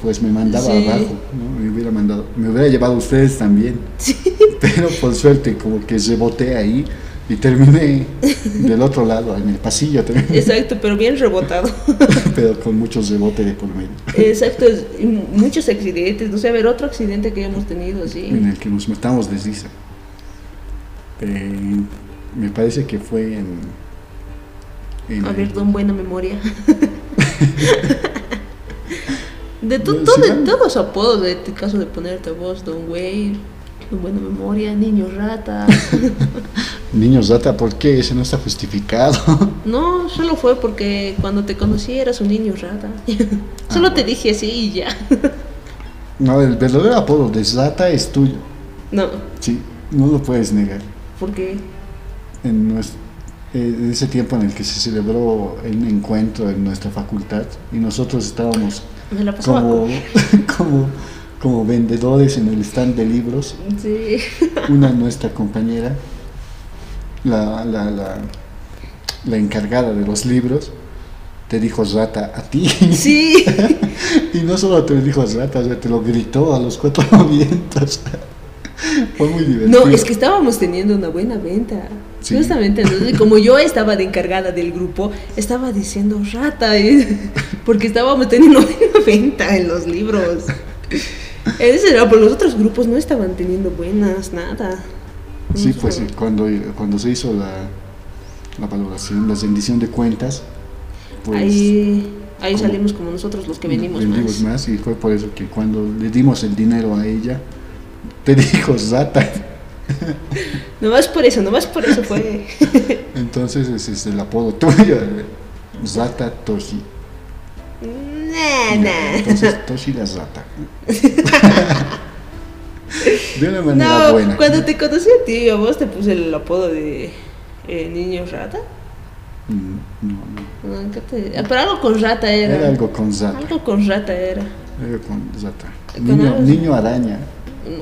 [SPEAKER 1] pues me mandaba
[SPEAKER 2] Sí.
[SPEAKER 1] abajo, ¿no? me hubiera mandado, me hubiera llevado a ustedes también.
[SPEAKER 2] Sí.
[SPEAKER 1] Pero por suerte, como que se boté ahí y terminé del otro lado, en el pasillo terminé,
[SPEAKER 2] Exacto, pero bien rebotado.
[SPEAKER 1] pero con muchos rebotes de por medio,
[SPEAKER 2] Exacto, es- y mu- muchos accidentes, no sé, a ver, otro accidente que hemos tenido,
[SPEAKER 1] en
[SPEAKER 2] sí.
[SPEAKER 1] el que nos matamos de risa. Eh, me parece que fue en. en-
[SPEAKER 2] A ver, don buena memoria. De to-
[SPEAKER 1] Sí,
[SPEAKER 2] todo-
[SPEAKER 1] claro.
[SPEAKER 2] todos apodos, de tu caso de ponerte voz, don güey, don buena memoria, niño rata.
[SPEAKER 1] Niños Data, ¿por qué? Ese no está justificado.
[SPEAKER 2] No, solo fue porque cuando te conocí eras un niño rata. Solo te dije así y ya.
[SPEAKER 1] No, el verdadero apodo de Zata es tuyo.
[SPEAKER 2] No,
[SPEAKER 1] Sí, no lo puedes negar.
[SPEAKER 2] porque
[SPEAKER 1] En nues- eh, en ese tiempo en el que se celebró un encuentro en nuestra facultad y nosotros estábamos
[SPEAKER 2] Me la pasaba
[SPEAKER 1] como, como, como vendedores en el stand de libros.
[SPEAKER 2] con- Sí.
[SPEAKER 1] Una nuestra compañera, la, la, la, la encargada de los libros, te dijo rata a ti.
[SPEAKER 2] Sí.
[SPEAKER 1] Y no solo te dijo rata, o sea, te lo gritó a los cuatro vientos. Fue muy divertido.
[SPEAKER 2] No, es que estábamos teniendo una buena venta.
[SPEAKER 1] Sí.
[SPEAKER 2] Justamente, entonces, como yo estaba de encargada del grupo, estaba diciendo rata, ¿eh? porque estábamos teniendo buena venta en los libros. Ese era, pero los otros grupos no estaban teniendo buenas, nada.
[SPEAKER 1] Sí,
[SPEAKER 2] No
[SPEAKER 1] pues sí,
[SPEAKER 2] sé.
[SPEAKER 1] cuando, cuando se hizo la, la valoración, la rendición de cuentas, pues
[SPEAKER 2] ahí ahí
[SPEAKER 1] como-
[SPEAKER 2] salimos como nosotros los que venimos
[SPEAKER 1] vendimos
[SPEAKER 2] más.
[SPEAKER 1] más. y fue por eso que cuando le dimos el dinero a ella, te dijo Zata.
[SPEAKER 2] Nomás por eso, nomás por eso fue.
[SPEAKER 1] Entonces ese es el apodo tuyo, Zata Toshi.
[SPEAKER 2] nah, nah.
[SPEAKER 1] Entonces Toshi la Zata. De una manera
[SPEAKER 2] No,
[SPEAKER 1] buena.
[SPEAKER 2] cuando te conocí a ti, a vos te puse el apodo de eh, niño rata.
[SPEAKER 1] Mm, no, no.
[SPEAKER 2] No, nunca te- ah, Pero algo con rata era.
[SPEAKER 1] Era algo con Zata.
[SPEAKER 2] Algo con rata era.
[SPEAKER 1] Algo con Zata.
[SPEAKER 2] Con
[SPEAKER 1] Niño,
[SPEAKER 2] algo-
[SPEAKER 1] niño araña.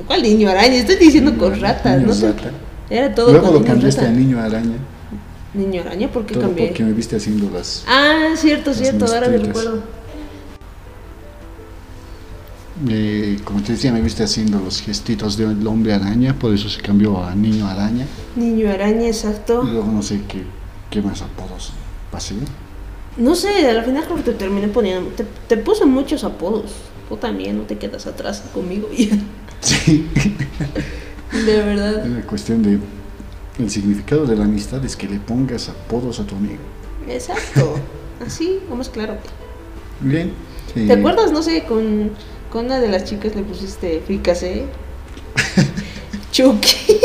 [SPEAKER 2] ¿Cuál niño araña? Estoy diciendo
[SPEAKER 1] Niño
[SPEAKER 2] con
[SPEAKER 1] araña,
[SPEAKER 2] ratas,
[SPEAKER 1] niño
[SPEAKER 2] ¿no? sé.
[SPEAKER 1] Zata.
[SPEAKER 2] Era todo
[SPEAKER 1] Luego
[SPEAKER 2] con
[SPEAKER 1] lo
[SPEAKER 2] niño
[SPEAKER 1] cambiaste
[SPEAKER 2] rata.
[SPEAKER 1] a niño araña.
[SPEAKER 2] Niño araña, ¿por qué
[SPEAKER 1] Todo
[SPEAKER 2] cambié?
[SPEAKER 1] porque me viste haciendo las.
[SPEAKER 2] Ah, cierto,
[SPEAKER 1] Las
[SPEAKER 2] cierto, ahora me
[SPEAKER 1] mezclitas.
[SPEAKER 2] recuerdo.
[SPEAKER 1] eh, como te decía, me viste haciendo los gestitos del hombre araña, por eso se cambió a niño araña.
[SPEAKER 2] Niño araña, exacto.
[SPEAKER 1] Y luego no sé qué, qué más apodos pasé.
[SPEAKER 2] No sé, al final creo que te terminé poniendo. Te, te puse muchos apodos. Tú también, no te quedas atrás conmigo ya.
[SPEAKER 1] Sí,
[SPEAKER 2] De verdad.
[SPEAKER 1] es la cuestión de. El significado de la amistad es que le pongas apodos a tu amigo.
[SPEAKER 2] Exacto. Así, lo más claro.
[SPEAKER 1] Bien. eh,
[SPEAKER 2] ¿Te acuerdas? No sé, con, con una de las chicas le pusiste fricasé. Chucky.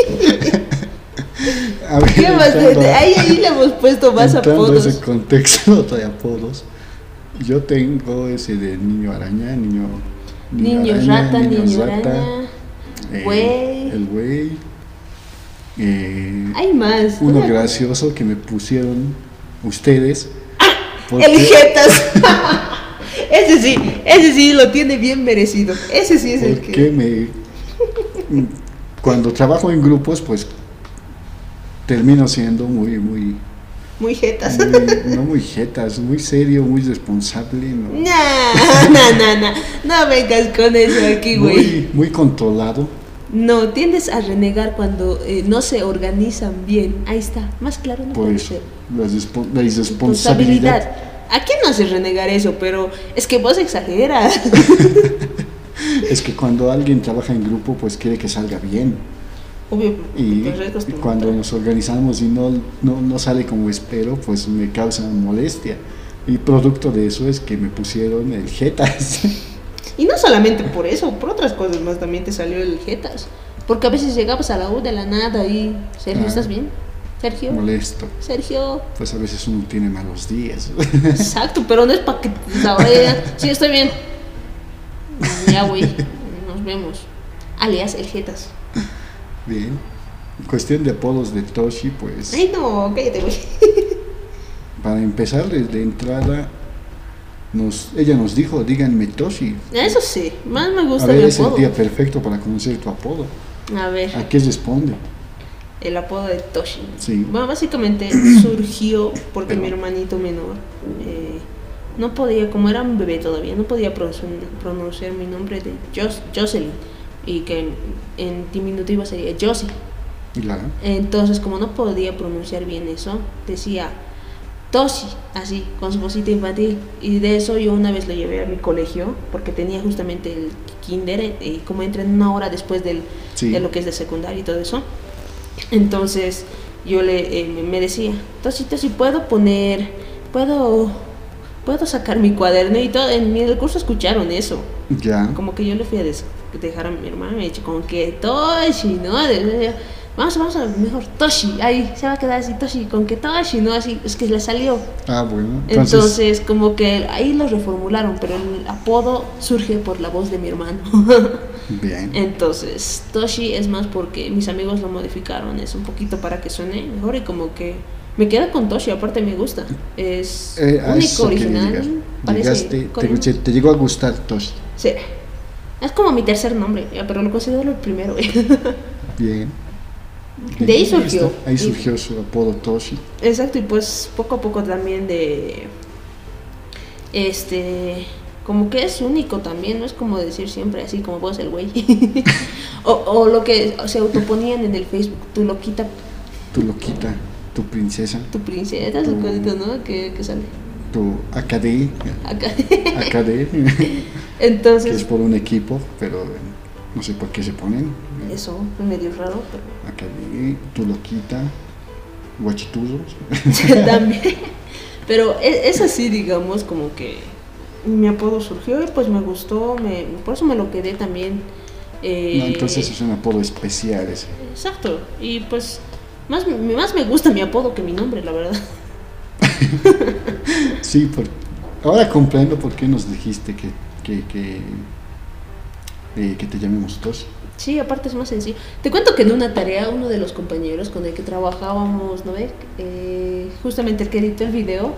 [SPEAKER 1] a ver,
[SPEAKER 2] ¿Qué más?
[SPEAKER 1] entrando-
[SPEAKER 2] Ahí, ahí le hemos puesto más
[SPEAKER 1] entrando a ese
[SPEAKER 2] apodos.
[SPEAKER 1] contexto de apodos, yo tengo ese de niño araña, niño.
[SPEAKER 2] Niño
[SPEAKER 1] araña,
[SPEAKER 2] rata, niño araña.
[SPEAKER 1] Eh,
[SPEAKER 2] Güey.
[SPEAKER 1] El güey. Eh,
[SPEAKER 2] Hay más.
[SPEAKER 1] uno
[SPEAKER 2] ¿no?
[SPEAKER 1] gracioso que me pusieron ustedes. porque-
[SPEAKER 2] El jetas. ese sí, ese sí lo tiene bien merecido. Ese sí es el
[SPEAKER 1] porque
[SPEAKER 2] que.
[SPEAKER 1] me. Cuando trabajo en grupos, pues termino siendo muy, muy,
[SPEAKER 2] Muy jetas.
[SPEAKER 1] muy- no muy jetas, muy serio, muy responsable, no,
[SPEAKER 2] Nah, nah, nah, nah. No vengas con eso aquí, güey.
[SPEAKER 1] muy, muy controlado.
[SPEAKER 2] No, tiendes a renegar cuando eh, no se organizan bien. Ahí está, más claro no
[SPEAKER 1] Por
[SPEAKER 2] puede
[SPEAKER 1] eso,
[SPEAKER 2] ser.
[SPEAKER 1] la, respo- la irresponsabilidad.
[SPEAKER 2] Responsabilidad. ¿A quién no hace renegar eso? Pero es que vos exageras.
[SPEAKER 1] Es que cuando alguien trabaja en grupo, pues quiere que salga bien.
[SPEAKER 2] Obvio,
[SPEAKER 1] Y,
[SPEAKER 2] porque pues,
[SPEAKER 1] y
[SPEAKER 2] es
[SPEAKER 1] cuando
[SPEAKER 2] costumbre.
[SPEAKER 1] nos organizamos y no, no, no sale como espero, pues me causa molestia. Y producto de eso es que me pusieron el jetas.
[SPEAKER 2] Y no solamente por eso, por otras cosas más también te salió el jetas. Porque a veces llegabas a la U de la nada y. Sergio,
[SPEAKER 1] Ah.
[SPEAKER 2] ¿estás bien? Sergio.
[SPEAKER 1] Molesto.
[SPEAKER 2] Sergio,
[SPEAKER 1] Pues a veces uno tiene malos días.
[SPEAKER 2] exacto, pero no es para que la oreja. Sí, estoy bien. Ya, güey, nos vemos. Alias, el jetas.
[SPEAKER 1] Bien. En Cuestión de apodos de Toshi, pues
[SPEAKER 2] Ay, no, cállate, güey.
[SPEAKER 1] para empezar desde entrada, nos, ella nos dijo, díganme Toshi.
[SPEAKER 2] Eso sí, más me
[SPEAKER 1] A
[SPEAKER 2] gusta
[SPEAKER 1] ver,
[SPEAKER 2] el
[SPEAKER 1] es el Ah.
[SPEAKER 2] apodo.
[SPEAKER 1] día perfecto para conocer tu apodo.
[SPEAKER 2] A ver.
[SPEAKER 1] ¿A qué responde?
[SPEAKER 2] el apodo de Toshi.
[SPEAKER 1] Sí.
[SPEAKER 2] Bueno, básicamente surgió porque mi
[SPEAKER 1] Pero-
[SPEAKER 2] hermanito menor eh, no podía, como era un bebé todavía, no podía pronun- pronunciar mi nombre de Jos- Jocelyn y que en, en diminutivo sería Josie.
[SPEAKER 1] La,
[SPEAKER 2] Entonces, como no podía pronunciar bien eso, decía Toshi, así, con su cosita infantil. Y de eso yo una vez lo llevé a mi colegio, porque tenía justamente el kinder, eh, y como entra en una hora después del,
[SPEAKER 1] Sí.
[SPEAKER 2] de lo que es de secundaria y todo eso. Entonces, yo le, eh, me- me decía, Toshi, Toshi, ¿puedo poner, puedo, puedo sacar mi cuaderno? Y todo, en el curso escucharon eso.
[SPEAKER 1] ya.
[SPEAKER 2] Como que yo le fui a des- dejar a mi hermana, me dicho, como que Toshi, ¿no? De- de- de- Vamos, vamos a mejor Toshi, ahí se va a quedar así Toshi, con que Toshi, ¿no? Así, es que le salió.
[SPEAKER 1] Ah, bueno.
[SPEAKER 2] Entonces,
[SPEAKER 1] Entonces,
[SPEAKER 2] como que ahí lo reformularon, pero el apodo surge por la voz de mi hermano.
[SPEAKER 1] bien.
[SPEAKER 2] Entonces, Toshi es más porque mis amigos lo modificaron, es un poquito para que suene mejor y como que Me queda con Toshi, aparte me gusta. Es
[SPEAKER 1] Eh, a
[SPEAKER 2] único,
[SPEAKER 1] eso quería llegar.
[SPEAKER 2] original. Parece
[SPEAKER 1] Llegaste, te,
[SPEAKER 2] coreano.
[SPEAKER 1] te- te llegó a gustar Toshi.
[SPEAKER 2] Sí. Es como mi tercer nombre, ya, pero lo considero el primero. güey.
[SPEAKER 1] Bien.
[SPEAKER 2] De ahí
[SPEAKER 1] está.
[SPEAKER 2] surgió.
[SPEAKER 1] Ahí surgió su apodo Toshi.
[SPEAKER 2] Exacto, y pues poco a poco también de... Este... Como que es único también, no es como decir siempre así como vos el güey. o, o lo que se autoponían en el Facebook, tu loquita,
[SPEAKER 1] Tu loquita, tu princesa,
[SPEAKER 2] tu princesa, su cosita, ¿no? Que, que sale
[SPEAKER 1] tu Akade.
[SPEAKER 2] acá.
[SPEAKER 1] Akade, que es
[SPEAKER 2] Entonces,
[SPEAKER 1] por un equipo, pero eh, no sé por qué se ponen. eh,
[SPEAKER 2] eso es medio raro, pero...
[SPEAKER 1] Akade, tu loquita, guachituzos.
[SPEAKER 2] también. Pero e- es, así, digamos, como que mi apodo surgió y pues me gustó, me, por eso me lo quedé también. eh,
[SPEAKER 1] No, entonces es un apodo especial ese.
[SPEAKER 2] Exacto, y pues más, más me gusta mi apodo que mi nombre, la verdad.
[SPEAKER 1] Sí, por- ahora comprendo por qué nos dijiste que, que, que, eh, que te llamemos Toshi.
[SPEAKER 2] Sí, aparte es más sencillo. Te cuento que en una tarea uno de los compañeros con el que trabajábamos, ¿no ves? Eh, justamente el que editó el video.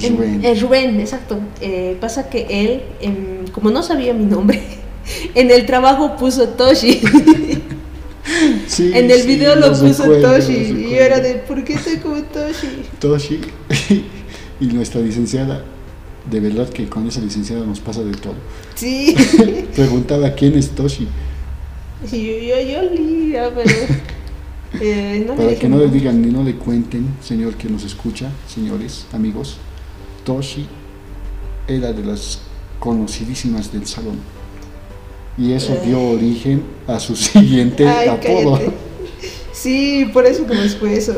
[SPEAKER 2] em,
[SPEAKER 1] Rubén.
[SPEAKER 2] eh, Rubén, exacto. Eh, pasa que él, em, como no sabía mi nombre, en el trabajo puso Toshi.
[SPEAKER 1] Sí,
[SPEAKER 2] En el
[SPEAKER 1] sí,
[SPEAKER 2] video lo
[SPEAKER 1] los
[SPEAKER 2] puso
[SPEAKER 1] recuerdo,
[SPEAKER 2] Toshi
[SPEAKER 1] los
[SPEAKER 2] y yo
[SPEAKER 1] recuerdo.
[SPEAKER 2] era de ¿por qué soy como Toshi?
[SPEAKER 1] Toshi y nuestra licenciada. De verdad que con esa licenciada nos pasa de todo.
[SPEAKER 2] Sí.
[SPEAKER 1] Preguntaba quién es Toshi,
[SPEAKER 2] Y yo, yo, yo olía, pero. eh, no le
[SPEAKER 1] para
[SPEAKER 2] dije
[SPEAKER 1] que no
[SPEAKER 2] nada.
[SPEAKER 1] le digan ni no le cuenten, señor que nos escucha, señores, amigos. Toshi era de las conocidísimas del salón. Y eso dio origen a su siguiente
[SPEAKER 2] Ay,
[SPEAKER 1] apodo.
[SPEAKER 2] cállate. Sí, por eso como fue eso.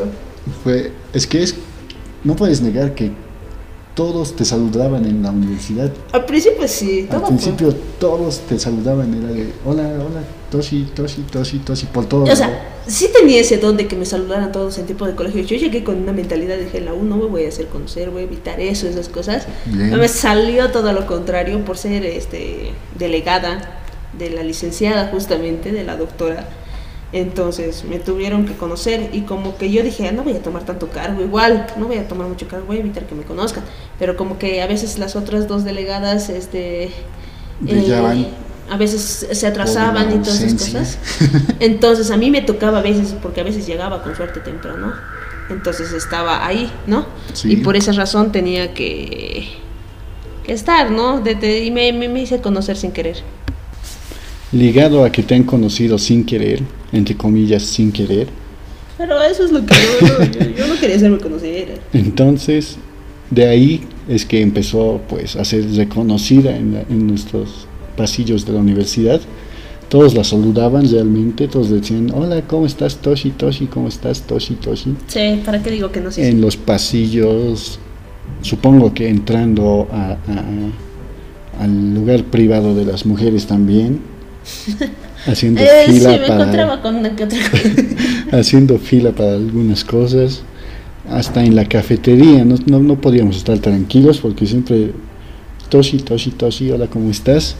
[SPEAKER 1] Fue, es que es, no puedes negar que todos te saludaban en la universidad
[SPEAKER 2] Al principio sí, todo
[SPEAKER 1] Al
[SPEAKER 2] fue-
[SPEAKER 1] principio todos te saludaban, era de hola, hola, Toshi, Toshi, Toshi, Toshi, por todo.
[SPEAKER 2] O sea, sí tenía ese don de que me saludaran todos en tiempo de colegio. Yo llegué con una mentalidad de dije, la U no me voy a hacer conocer, voy a evitar eso, esas cosas.
[SPEAKER 1] Bien.
[SPEAKER 2] Me salió todo lo contrario por ser este delegada de la licenciada justamente, de la doctora. Entonces me tuvieron que conocer y como que yo dije, "Ah, no voy a tomar tanto cargo, igual, no voy a tomar mucho cargo, voy a evitar que me conozcan. Pero como que a veces las otras dos delegadas, este... eh,
[SPEAKER 1] Brillaban.
[SPEAKER 2] a veces se atrasaban
[SPEAKER 1] Por
[SPEAKER 2] y
[SPEAKER 1] la
[SPEAKER 2] todas esas
[SPEAKER 1] ausencia.
[SPEAKER 2] cosas. Entonces a mí me tocaba a veces, porque a veces llegaba con suerte temprano, entonces estaba ahí, ¿no?
[SPEAKER 1] Sí.
[SPEAKER 2] Y por esa razón tenía que, que estar, ¿no? De- de- y me, me- me hice conocer sin querer.
[SPEAKER 1] Ligado a que te han conocido sin querer, entre comillas, sin querer,
[SPEAKER 2] Pero eso es lo que yo, yo, yo no quería hacerme conocer.
[SPEAKER 1] entonces de ahí es que empezó pues a ser reconocida en, la- en nuestros pasillos de la universidad. Todos la saludaban realmente, todos decían, hola, ¿cómo estás, Toshi, Toshi? ¿Cómo estás, Toshi, Toshi?
[SPEAKER 2] Sí, ¿para qué digo que no? Sí, sí.
[SPEAKER 1] en los pasillos, supongo que entrando a- a- al lugar privado de las mujeres también, haciendo
[SPEAKER 2] Eh, sí,
[SPEAKER 1] fila
[SPEAKER 2] me
[SPEAKER 1] para
[SPEAKER 2] encontraba con una que otra cosa.
[SPEAKER 1] haciendo fila para algunas cosas, hasta en la cafetería, no, no, no podíamos estar tranquilos porque siempre Toshi, Toshi, Toshi, hola, ¿cómo estás?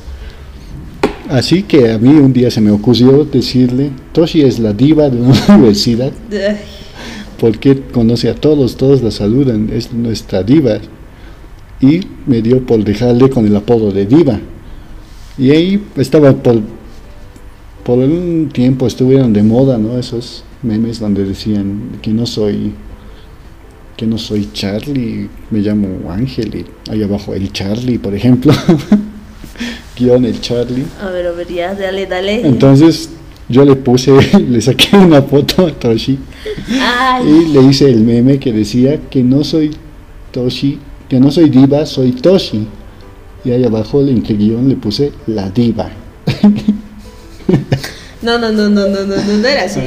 [SPEAKER 1] Así que a mí un día se me ocurrió decirle, Toshi es la diva de una universidad
[SPEAKER 2] Ay,
[SPEAKER 1] porque conoce a todos, todos la saludan, es nuestra diva. Y me dio por dejarle con el apodo de diva. Y ahí estaba por, por un tiempo estuvieron de moda, ¿no? Esos memes donde decían que no soy que no soy Charlie, me llamo Ángel y ahí abajo el Charlie, por ejemplo. Guión el Charlie.
[SPEAKER 2] a ver, a ver, ya, dale, dale.
[SPEAKER 1] Entonces yo le puse, le saqué una foto a Toshi
[SPEAKER 2] Ay,
[SPEAKER 1] y le hice el meme que decía que no soy Toshi, que no soy diva, soy Toshi. Y ahí abajo le- entre guión le puse la diva.
[SPEAKER 2] no, no, no, no, no, no, no, no era así.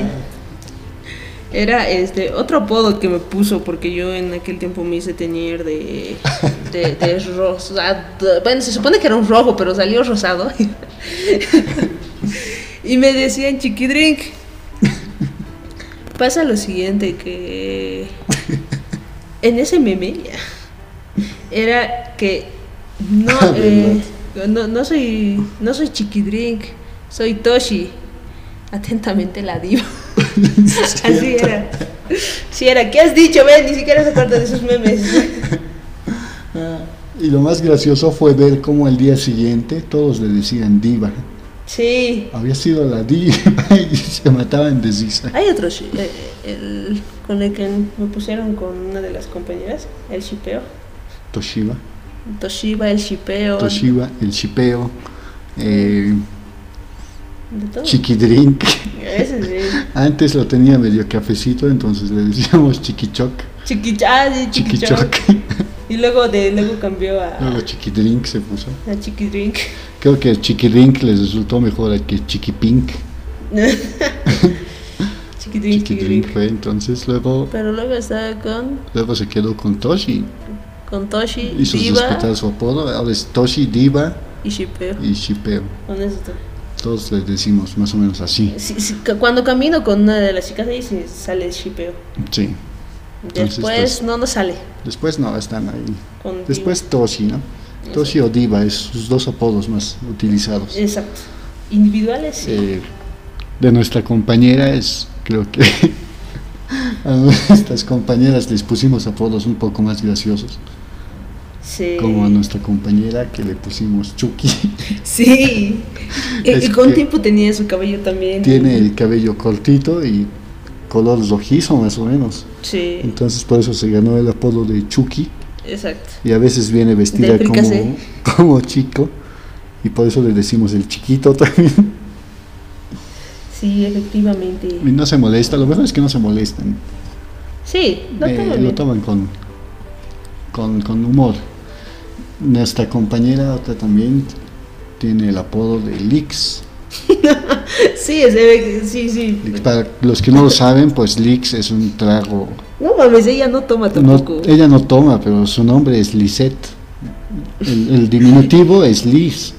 [SPEAKER 2] Era este otro apodo que me puso porque yo en aquel tiempo me hice teñir de, de, de rosado. Bueno, se supone que era un rojo, pero salió rosado. y me decían chiqui drink. Pasa lo siguiente que en ese meme era que no,
[SPEAKER 1] Ah,
[SPEAKER 2] eh, no, no soy no soy chiqui drink, soy Toshi. Atentamente la diva. Así era. Si era, ¿qué has dicho? Ven, ni siquiera se acuerda de sus memes.
[SPEAKER 1] Ah. Y lo más gracioso fue ver cómo al día siguiente todos le decían diva.
[SPEAKER 2] Sí.
[SPEAKER 1] Había sido la diva y se mataban de risa.
[SPEAKER 2] Hay otro shi- eh, el- con el que me pusieron con una de las compañeras, el shipeo.
[SPEAKER 1] Toshiba.
[SPEAKER 2] Toshiba, el shipeo.
[SPEAKER 1] Toshiba, el chipeo, eh,
[SPEAKER 2] De todo.
[SPEAKER 1] chiquidrink.
[SPEAKER 2] Ese sí.
[SPEAKER 1] Antes lo tenía medio cafecito, entonces le decíamos chiquichoc,
[SPEAKER 2] Chiquicha- ah, sí, chiquichoc.
[SPEAKER 1] chiquichoc.
[SPEAKER 2] Y luego de luego cambió a,
[SPEAKER 1] Luego chiquidrink se puso.
[SPEAKER 2] a chiquidrink.
[SPEAKER 1] Creo que chiquidrink les resultó mejor que chiquipink. Chiquidrink
[SPEAKER 2] chiquidrink, chiquidrink.
[SPEAKER 1] fue, entonces luego,
[SPEAKER 2] Pero luego estaba con,
[SPEAKER 1] luego se quedó con Toshi.
[SPEAKER 2] con Toshi,
[SPEAKER 1] Y sus
[SPEAKER 2] Diva
[SPEAKER 1] respetados apodo, ahora es Toshi, Diva
[SPEAKER 2] y shipeo.
[SPEAKER 1] y Shipeo.
[SPEAKER 2] Con eso todo.
[SPEAKER 1] Todos les decimos más o menos así.
[SPEAKER 2] Sí, sí, cu- cuando camino con una de las chicas ahí sí sale el shipeo.
[SPEAKER 1] Sí. Entonces,
[SPEAKER 2] Después
[SPEAKER 1] pues-
[SPEAKER 2] no nos sale.
[SPEAKER 1] Después no, están ahí.
[SPEAKER 2] con
[SPEAKER 1] Después Toshi, ¿no?
[SPEAKER 2] Diva.
[SPEAKER 1] Toshi o Diva es sus dos apodos más utilizados.
[SPEAKER 2] Exacto. Individuales sí.
[SPEAKER 1] Eh, de nuestra compañera es, creo que a nuestras compañeras les pusimos apodos un poco más graciosos.
[SPEAKER 2] Sí.
[SPEAKER 1] Como a nuestra compañera que le pusimos Chucky.
[SPEAKER 2] Sí. y,
[SPEAKER 1] Es
[SPEAKER 2] y con
[SPEAKER 1] que-
[SPEAKER 2] tiempo tenía su cabello también.
[SPEAKER 1] Tiene el cabello cortito y color rojizo más o menos.
[SPEAKER 2] Sí,
[SPEAKER 1] Entonces por eso se ganó el apodo de Chucky
[SPEAKER 2] exacto.
[SPEAKER 1] y a veces viene vestida
[SPEAKER 2] Del
[SPEAKER 1] como,
[SPEAKER 2] fricasé.
[SPEAKER 1] como chico y por eso le decimos el chiquito también.
[SPEAKER 2] Sí, efectivamente.
[SPEAKER 1] Y no se molesta, lo mejor es que no se molestan.
[SPEAKER 2] Sí, no
[SPEAKER 1] Eh,
[SPEAKER 2] tengo
[SPEAKER 1] lo
[SPEAKER 2] bien.
[SPEAKER 1] toman con, con, con humor. Nuestra compañera, otra también, tiene el apodo de Lix.
[SPEAKER 2] Sí, es de- sí, sí.
[SPEAKER 1] Lix, Para los que no lo saben, pues Lix es un trago.
[SPEAKER 2] No mames, ella no toma
[SPEAKER 1] No, eh,
[SPEAKER 2] tampoco.
[SPEAKER 1] ella no toma, pero su nombre es Lisette. El, el diminutivo es Liz.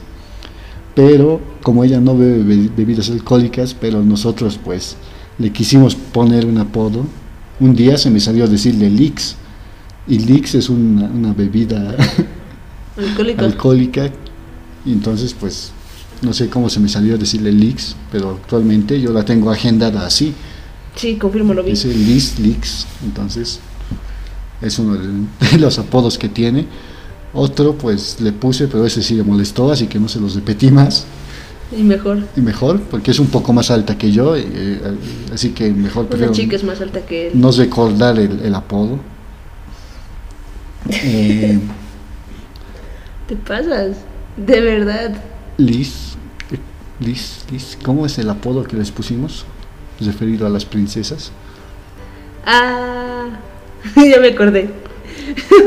[SPEAKER 1] Pero como ella no bebe be- bebidas alcohólicas, pero nosotros pues le quisimos poner un apodo. Un día se me salió decirle Lix. Y Lix es una, una bebida
[SPEAKER 2] Alcohólico.
[SPEAKER 1] alcohólica. Y entonces pues no sé cómo se me salió decirle Lix, pero actualmente yo la tengo agendada así.
[SPEAKER 2] Sí, confirmo, lo vi.
[SPEAKER 1] Dice Liz Leaks, entonces es uno de de los apodos que tiene. Otro pues le puse, pero ese sí le molestó, así que no se los repetí más.
[SPEAKER 2] Y mejor.
[SPEAKER 1] Y mejor, porque es un poco más alta que yo, eh, eh, así que mejor
[SPEAKER 2] Una
[SPEAKER 1] prefiero
[SPEAKER 2] chica Pues es más alta que él.
[SPEAKER 1] no recordar el, el apodo. Eh,
[SPEAKER 2] Te pasas. De verdad.
[SPEAKER 1] Liz, eh, Liz, Liz, ¿cómo es el apodo que les pusimos? Referido a las princesas.
[SPEAKER 2] Ah. ya me acordé.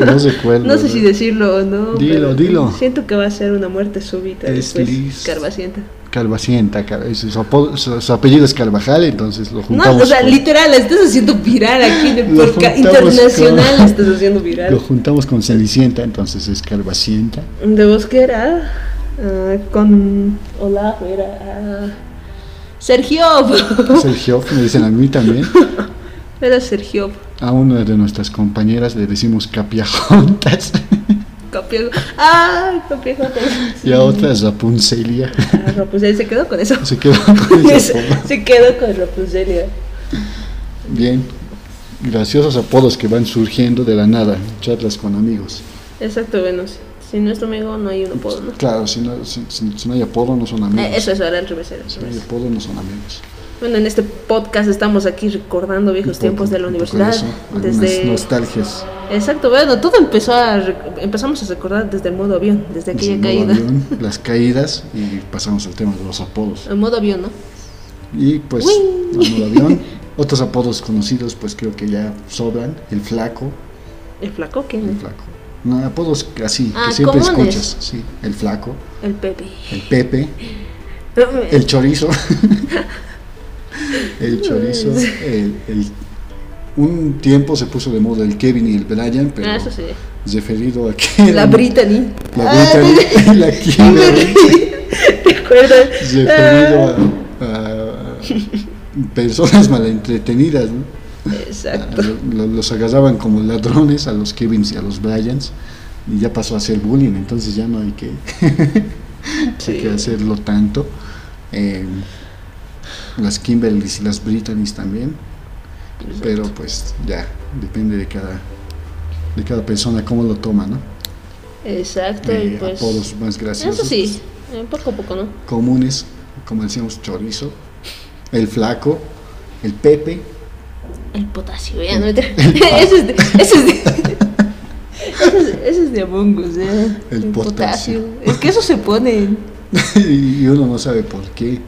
[SPEAKER 1] No recuerdo.
[SPEAKER 2] No sé si decirlo o no.
[SPEAKER 1] Dilo,
[SPEAKER 2] pero
[SPEAKER 1] dilo.
[SPEAKER 2] Siento que va a ser una muerte súbita.
[SPEAKER 1] Es
[SPEAKER 2] después,
[SPEAKER 1] Liz.
[SPEAKER 2] Carvacienta.
[SPEAKER 1] Calvacienta, car- es- su, apodo- su- su apellido es Carvajal, entonces lo juntamos.
[SPEAKER 2] No, o sea,
[SPEAKER 1] con,
[SPEAKER 2] literal, la estás haciendo viral aquí en el
[SPEAKER 1] Lo
[SPEAKER 2] podcast
[SPEAKER 1] juntamos
[SPEAKER 2] internacional.
[SPEAKER 1] con-
[SPEAKER 2] La estás haciendo viral.
[SPEAKER 1] lo juntamos con Cenicienta, entonces es Carvacienta.
[SPEAKER 2] De Bosquera con. Hola, era. ah, Sergio.
[SPEAKER 1] Sergio, me dicen a mí también.
[SPEAKER 2] Era Sergio.
[SPEAKER 1] A una de nuestras compañeras le decimos Capiajontas
[SPEAKER 2] Copiego. ¡Ah! Copiego.
[SPEAKER 1] y a otra es Rapuncelia.
[SPEAKER 2] Ah, Rapunzel se quedó con eso.
[SPEAKER 1] Se quedó con ese apodo.
[SPEAKER 2] se quedó con Rapunzel.
[SPEAKER 1] Bien, graciosos apodos que van surgiendo de la nada, charlas con amigos.
[SPEAKER 2] Exacto, bueno. si- Si no es tu amigo, no hay un apodo, ¿no?
[SPEAKER 1] Claro, si no, si- si- si no hay apodo no son
[SPEAKER 2] Eh,
[SPEAKER 1] amigos.
[SPEAKER 2] eso es ahora el revés. era al
[SPEAKER 1] Si no hay
[SPEAKER 2] revés.
[SPEAKER 1] apodo no son amigos.
[SPEAKER 2] Bueno, en este podcast estamos aquí recordando viejos
[SPEAKER 1] Un
[SPEAKER 2] tiempos
[SPEAKER 1] poco-
[SPEAKER 2] de la
[SPEAKER 1] un poco
[SPEAKER 2] universidad.
[SPEAKER 1] eso, algunas
[SPEAKER 2] desde
[SPEAKER 1] nostalgias.
[SPEAKER 2] Exacto, bueno, todo empezó a rec- empezamos a recordar desde el modo avión, desde
[SPEAKER 1] Desde
[SPEAKER 2] aquella
[SPEAKER 1] el Pues modo
[SPEAKER 2] caída.
[SPEAKER 1] avión, las caídas y pasamos al tema de los apodos.
[SPEAKER 2] El modo avión, ¿no?
[SPEAKER 1] Y pues,
[SPEAKER 2] Uy.
[SPEAKER 1] el modo avión. Otros apodos conocidos, pues creo que ya sobran. El flaco,
[SPEAKER 2] El flaco, ¿quién
[SPEAKER 1] el
[SPEAKER 2] es?
[SPEAKER 1] flaco. No, apodos así,
[SPEAKER 2] Mm. Ah,
[SPEAKER 1] que siempre
[SPEAKER 2] comunes.
[SPEAKER 1] escuchas. Sí, el flaco,
[SPEAKER 2] El Pepe.
[SPEAKER 1] el Pepe, el chorizo. el chorizo. el- el- un tiempo se puso de moda el Kevin y el Brian, pero
[SPEAKER 2] Ah, eso sí.
[SPEAKER 1] referido a que
[SPEAKER 2] La
[SPEAKER 1] eran-
[SPEAKER 2] Brittany.
[SPEAKER 1] La
[SPEAKER 2] Ah,
[SPEAKER 1] Brittany, la
[SPEAKER 2] me- me
[SPEAKER 1] Kimberly.
[SPEAKER 2] reí. ¿Te acuerdas?
[SPEAKER 1] referido
[SPEAKER 2] Eh.
[SPEAKER 1] a, a personas malentretenidas, ¿no?
[SPEAKER 2] Ah, Exacto.
[SPEAKER 1] A- lo- los agarraban como ladrones a los Kevins y a los Bryans y ya pasó a ser bullying, entonces ya no hay que, hay Ah,
[SPEAKER 2] Sí.
[SPEAKER 1] que hacerlo tanto. Eh, las Kimberlys y las Britannies también.
[SPEAKER 2] Exacto.
[SPEAKER 1] Pero pues ya, depende de cada, de cada persona cómo lo toma, ¿no?
[SPEAKER 2] Exacto, y
[SPEAKER 1] Eh,
[SPEAKER 2] pues.
[SPEAKER 1] apodos más graciosos.
[SPEAKER 2] Eso sí, eh, poco a poco, ¿no?
[SPEAKER 1] Comunes, como decíamos, chorizo, el flaco, el pepe,
[SPEAKER 2] El potasio, ya no me tra- Eso es de. Eso es de. Eso es, eso es de Among Us, ya.
[SPEAKER 1] El potasio.
[SPEAKER 2] Es que eso se pone.
[SPEAKER 1] y uno no sabe por qué.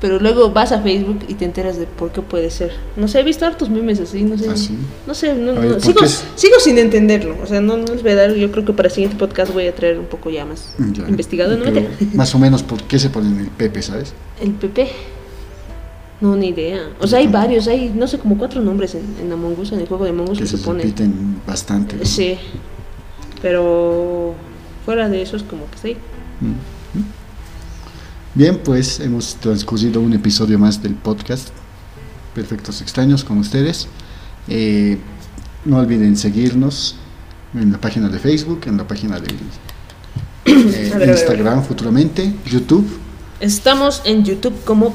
[SPEAKER 2] Pero luego vas a Facebook y te enteras de por qué puede ser. No sé, he visto hartos memes así, no sé.
[SPEAKER 1] ¿Ah, sí?
[SPEAKER 2] No sé, no,
[SPEAKER 1] A ver,
[SPEAKER 2] no,
[SPEAKER 1] ¿por
[SPEAKER 2] sigo,
[SPEAKER 1] qué es?
[SPEAKER 2] sigo sin entenderlo. O sea, no, no les voy a dar. Yo creo que para el siguiente podcast voy a traer un poco ya más
[SPEAKER 1] Ya.
[SPEAKER 2] investigado. No me
[SPEAKER 1] Pero
[SPEAKER 2] tra-
[SPEAKER 1] más o menos por qué se ponen el pepe, ¿sabes?
[SPEAKER 2] El PP. No, ni idea. O sea, hay varios, hay no sé, como cuatro nombres en, en Among Us, en el juego de Among Us
[SPEAKER 1] Que
[SPEAKER 2] que
[SPEAKER 1] se
[SPEAKER 2] se pone.
[SPEAKER 1] repiten bastante. ¿no?
[SPEAKER 2] Sí. Pero fuera de eso es como que sí.
[SPEAKER 1] Mm, Bien, pues hemos transcurrido un episodio más del podcast Perfectos Extraños con ustedes. Eh, no olviden seguirnos en la página de Facebook, en la página de eh,
[SPEAKER 2] A ver, a ver, a ver.
[SPEAKER 1] Instagram futuramente, YouTube.
[SPEAKER 2] Estamos en YouTube como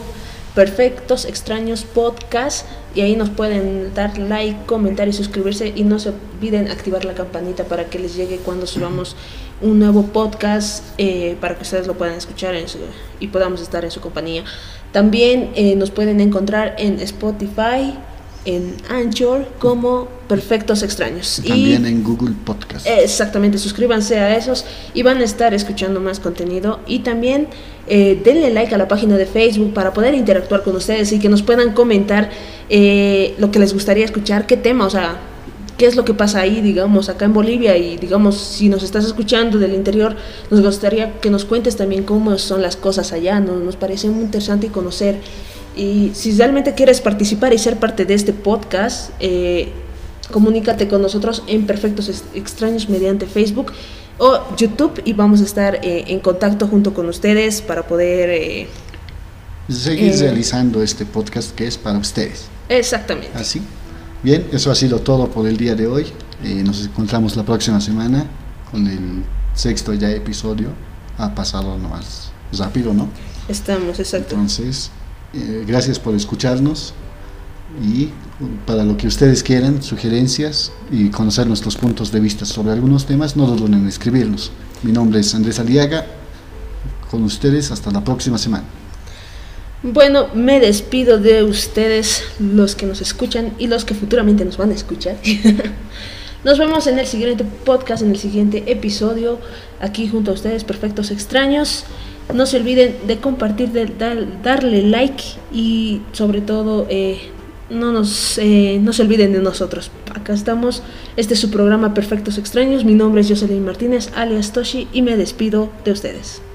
[SPEAKER 2] Perfectos Extraños Podcast y ahí nos pueden dar like, comentar y suscribirse y no se olviden activar la campanita para que les llegue cuando subamos un nuevo podcast eh, para que ustedes lo puedan escuchar en su- y podamos estar en su compañía. También eh, nos pueden encontrar en Spotify, en Anchor como Perfectos Extraños. Y-
[SPEAKER 1] También en Google Podcast.
[SPEAKER 2] Exactamente, suscríbanse a esos y van a estar escuchando más contenido. Y también eh, denle like a la página de Facebook para poder interactuar con ustedes y que nos puedan comentar eh, lo que les gustaría escuchar, qué tema, o sea, qué es lo que pasa ahí, digamos, acá en Bolivia. Y digamos, si nos estás escuchando del interior, nos gustaría que nos cuentes también cómo son las cosas allá. ¿no? Nos parece muy interesante conocer. Y si realmente quieres participar y ser parte de este podcast, eh, comunícate con nosotros en Perfectos Ex- Extraños mediante Facebook o YouTube y vamos a estar eh, en contacto junto con ustedes para poder... eh,
[SPEAKER 1] Seguir
[SPEAKER 2] eh.
[SPEAKER 1] realizando este podcast que es para ustedes.
[SPEAKER 2] exactamente.
[SPEAKER 1] Así. Bien, eso ha sido todo por el día de hoy. Eh, nos encontramos la próxima semana con el sexto ya episodio. Ha pasado nomás rápido, ¿no?
[SPEAKER 2] Estamos, exacto.
[SPEAKER 1] Entonces, eh, gracias por escucharnos y um, para lo que ustedes quieran, sugerencias y conocer nuestros puntos de vista sobre algunos temas, no duden en escribirnos. Mi nombre es Andrés Aliaga. Con ustedes hasta la próxima semana.
[SPEAKER 2] Bueno, me despido de ustedes, los que nos escuchan y los que futuramente nos van a escuchar. nos vemos en el siguiente podcast, en el siguiente episodio, aquí junto a ustedes, Perfectos Extraños. No se olviden de compartir, de dar- darle like y sobre todo eh, no, nos, eh, no se olviden de nosotros. Acá estamos, este es su programa Perfectos Extraños. Mi nombre es Jocelyn Martínez, alias Toshi, y me despido de ustedes.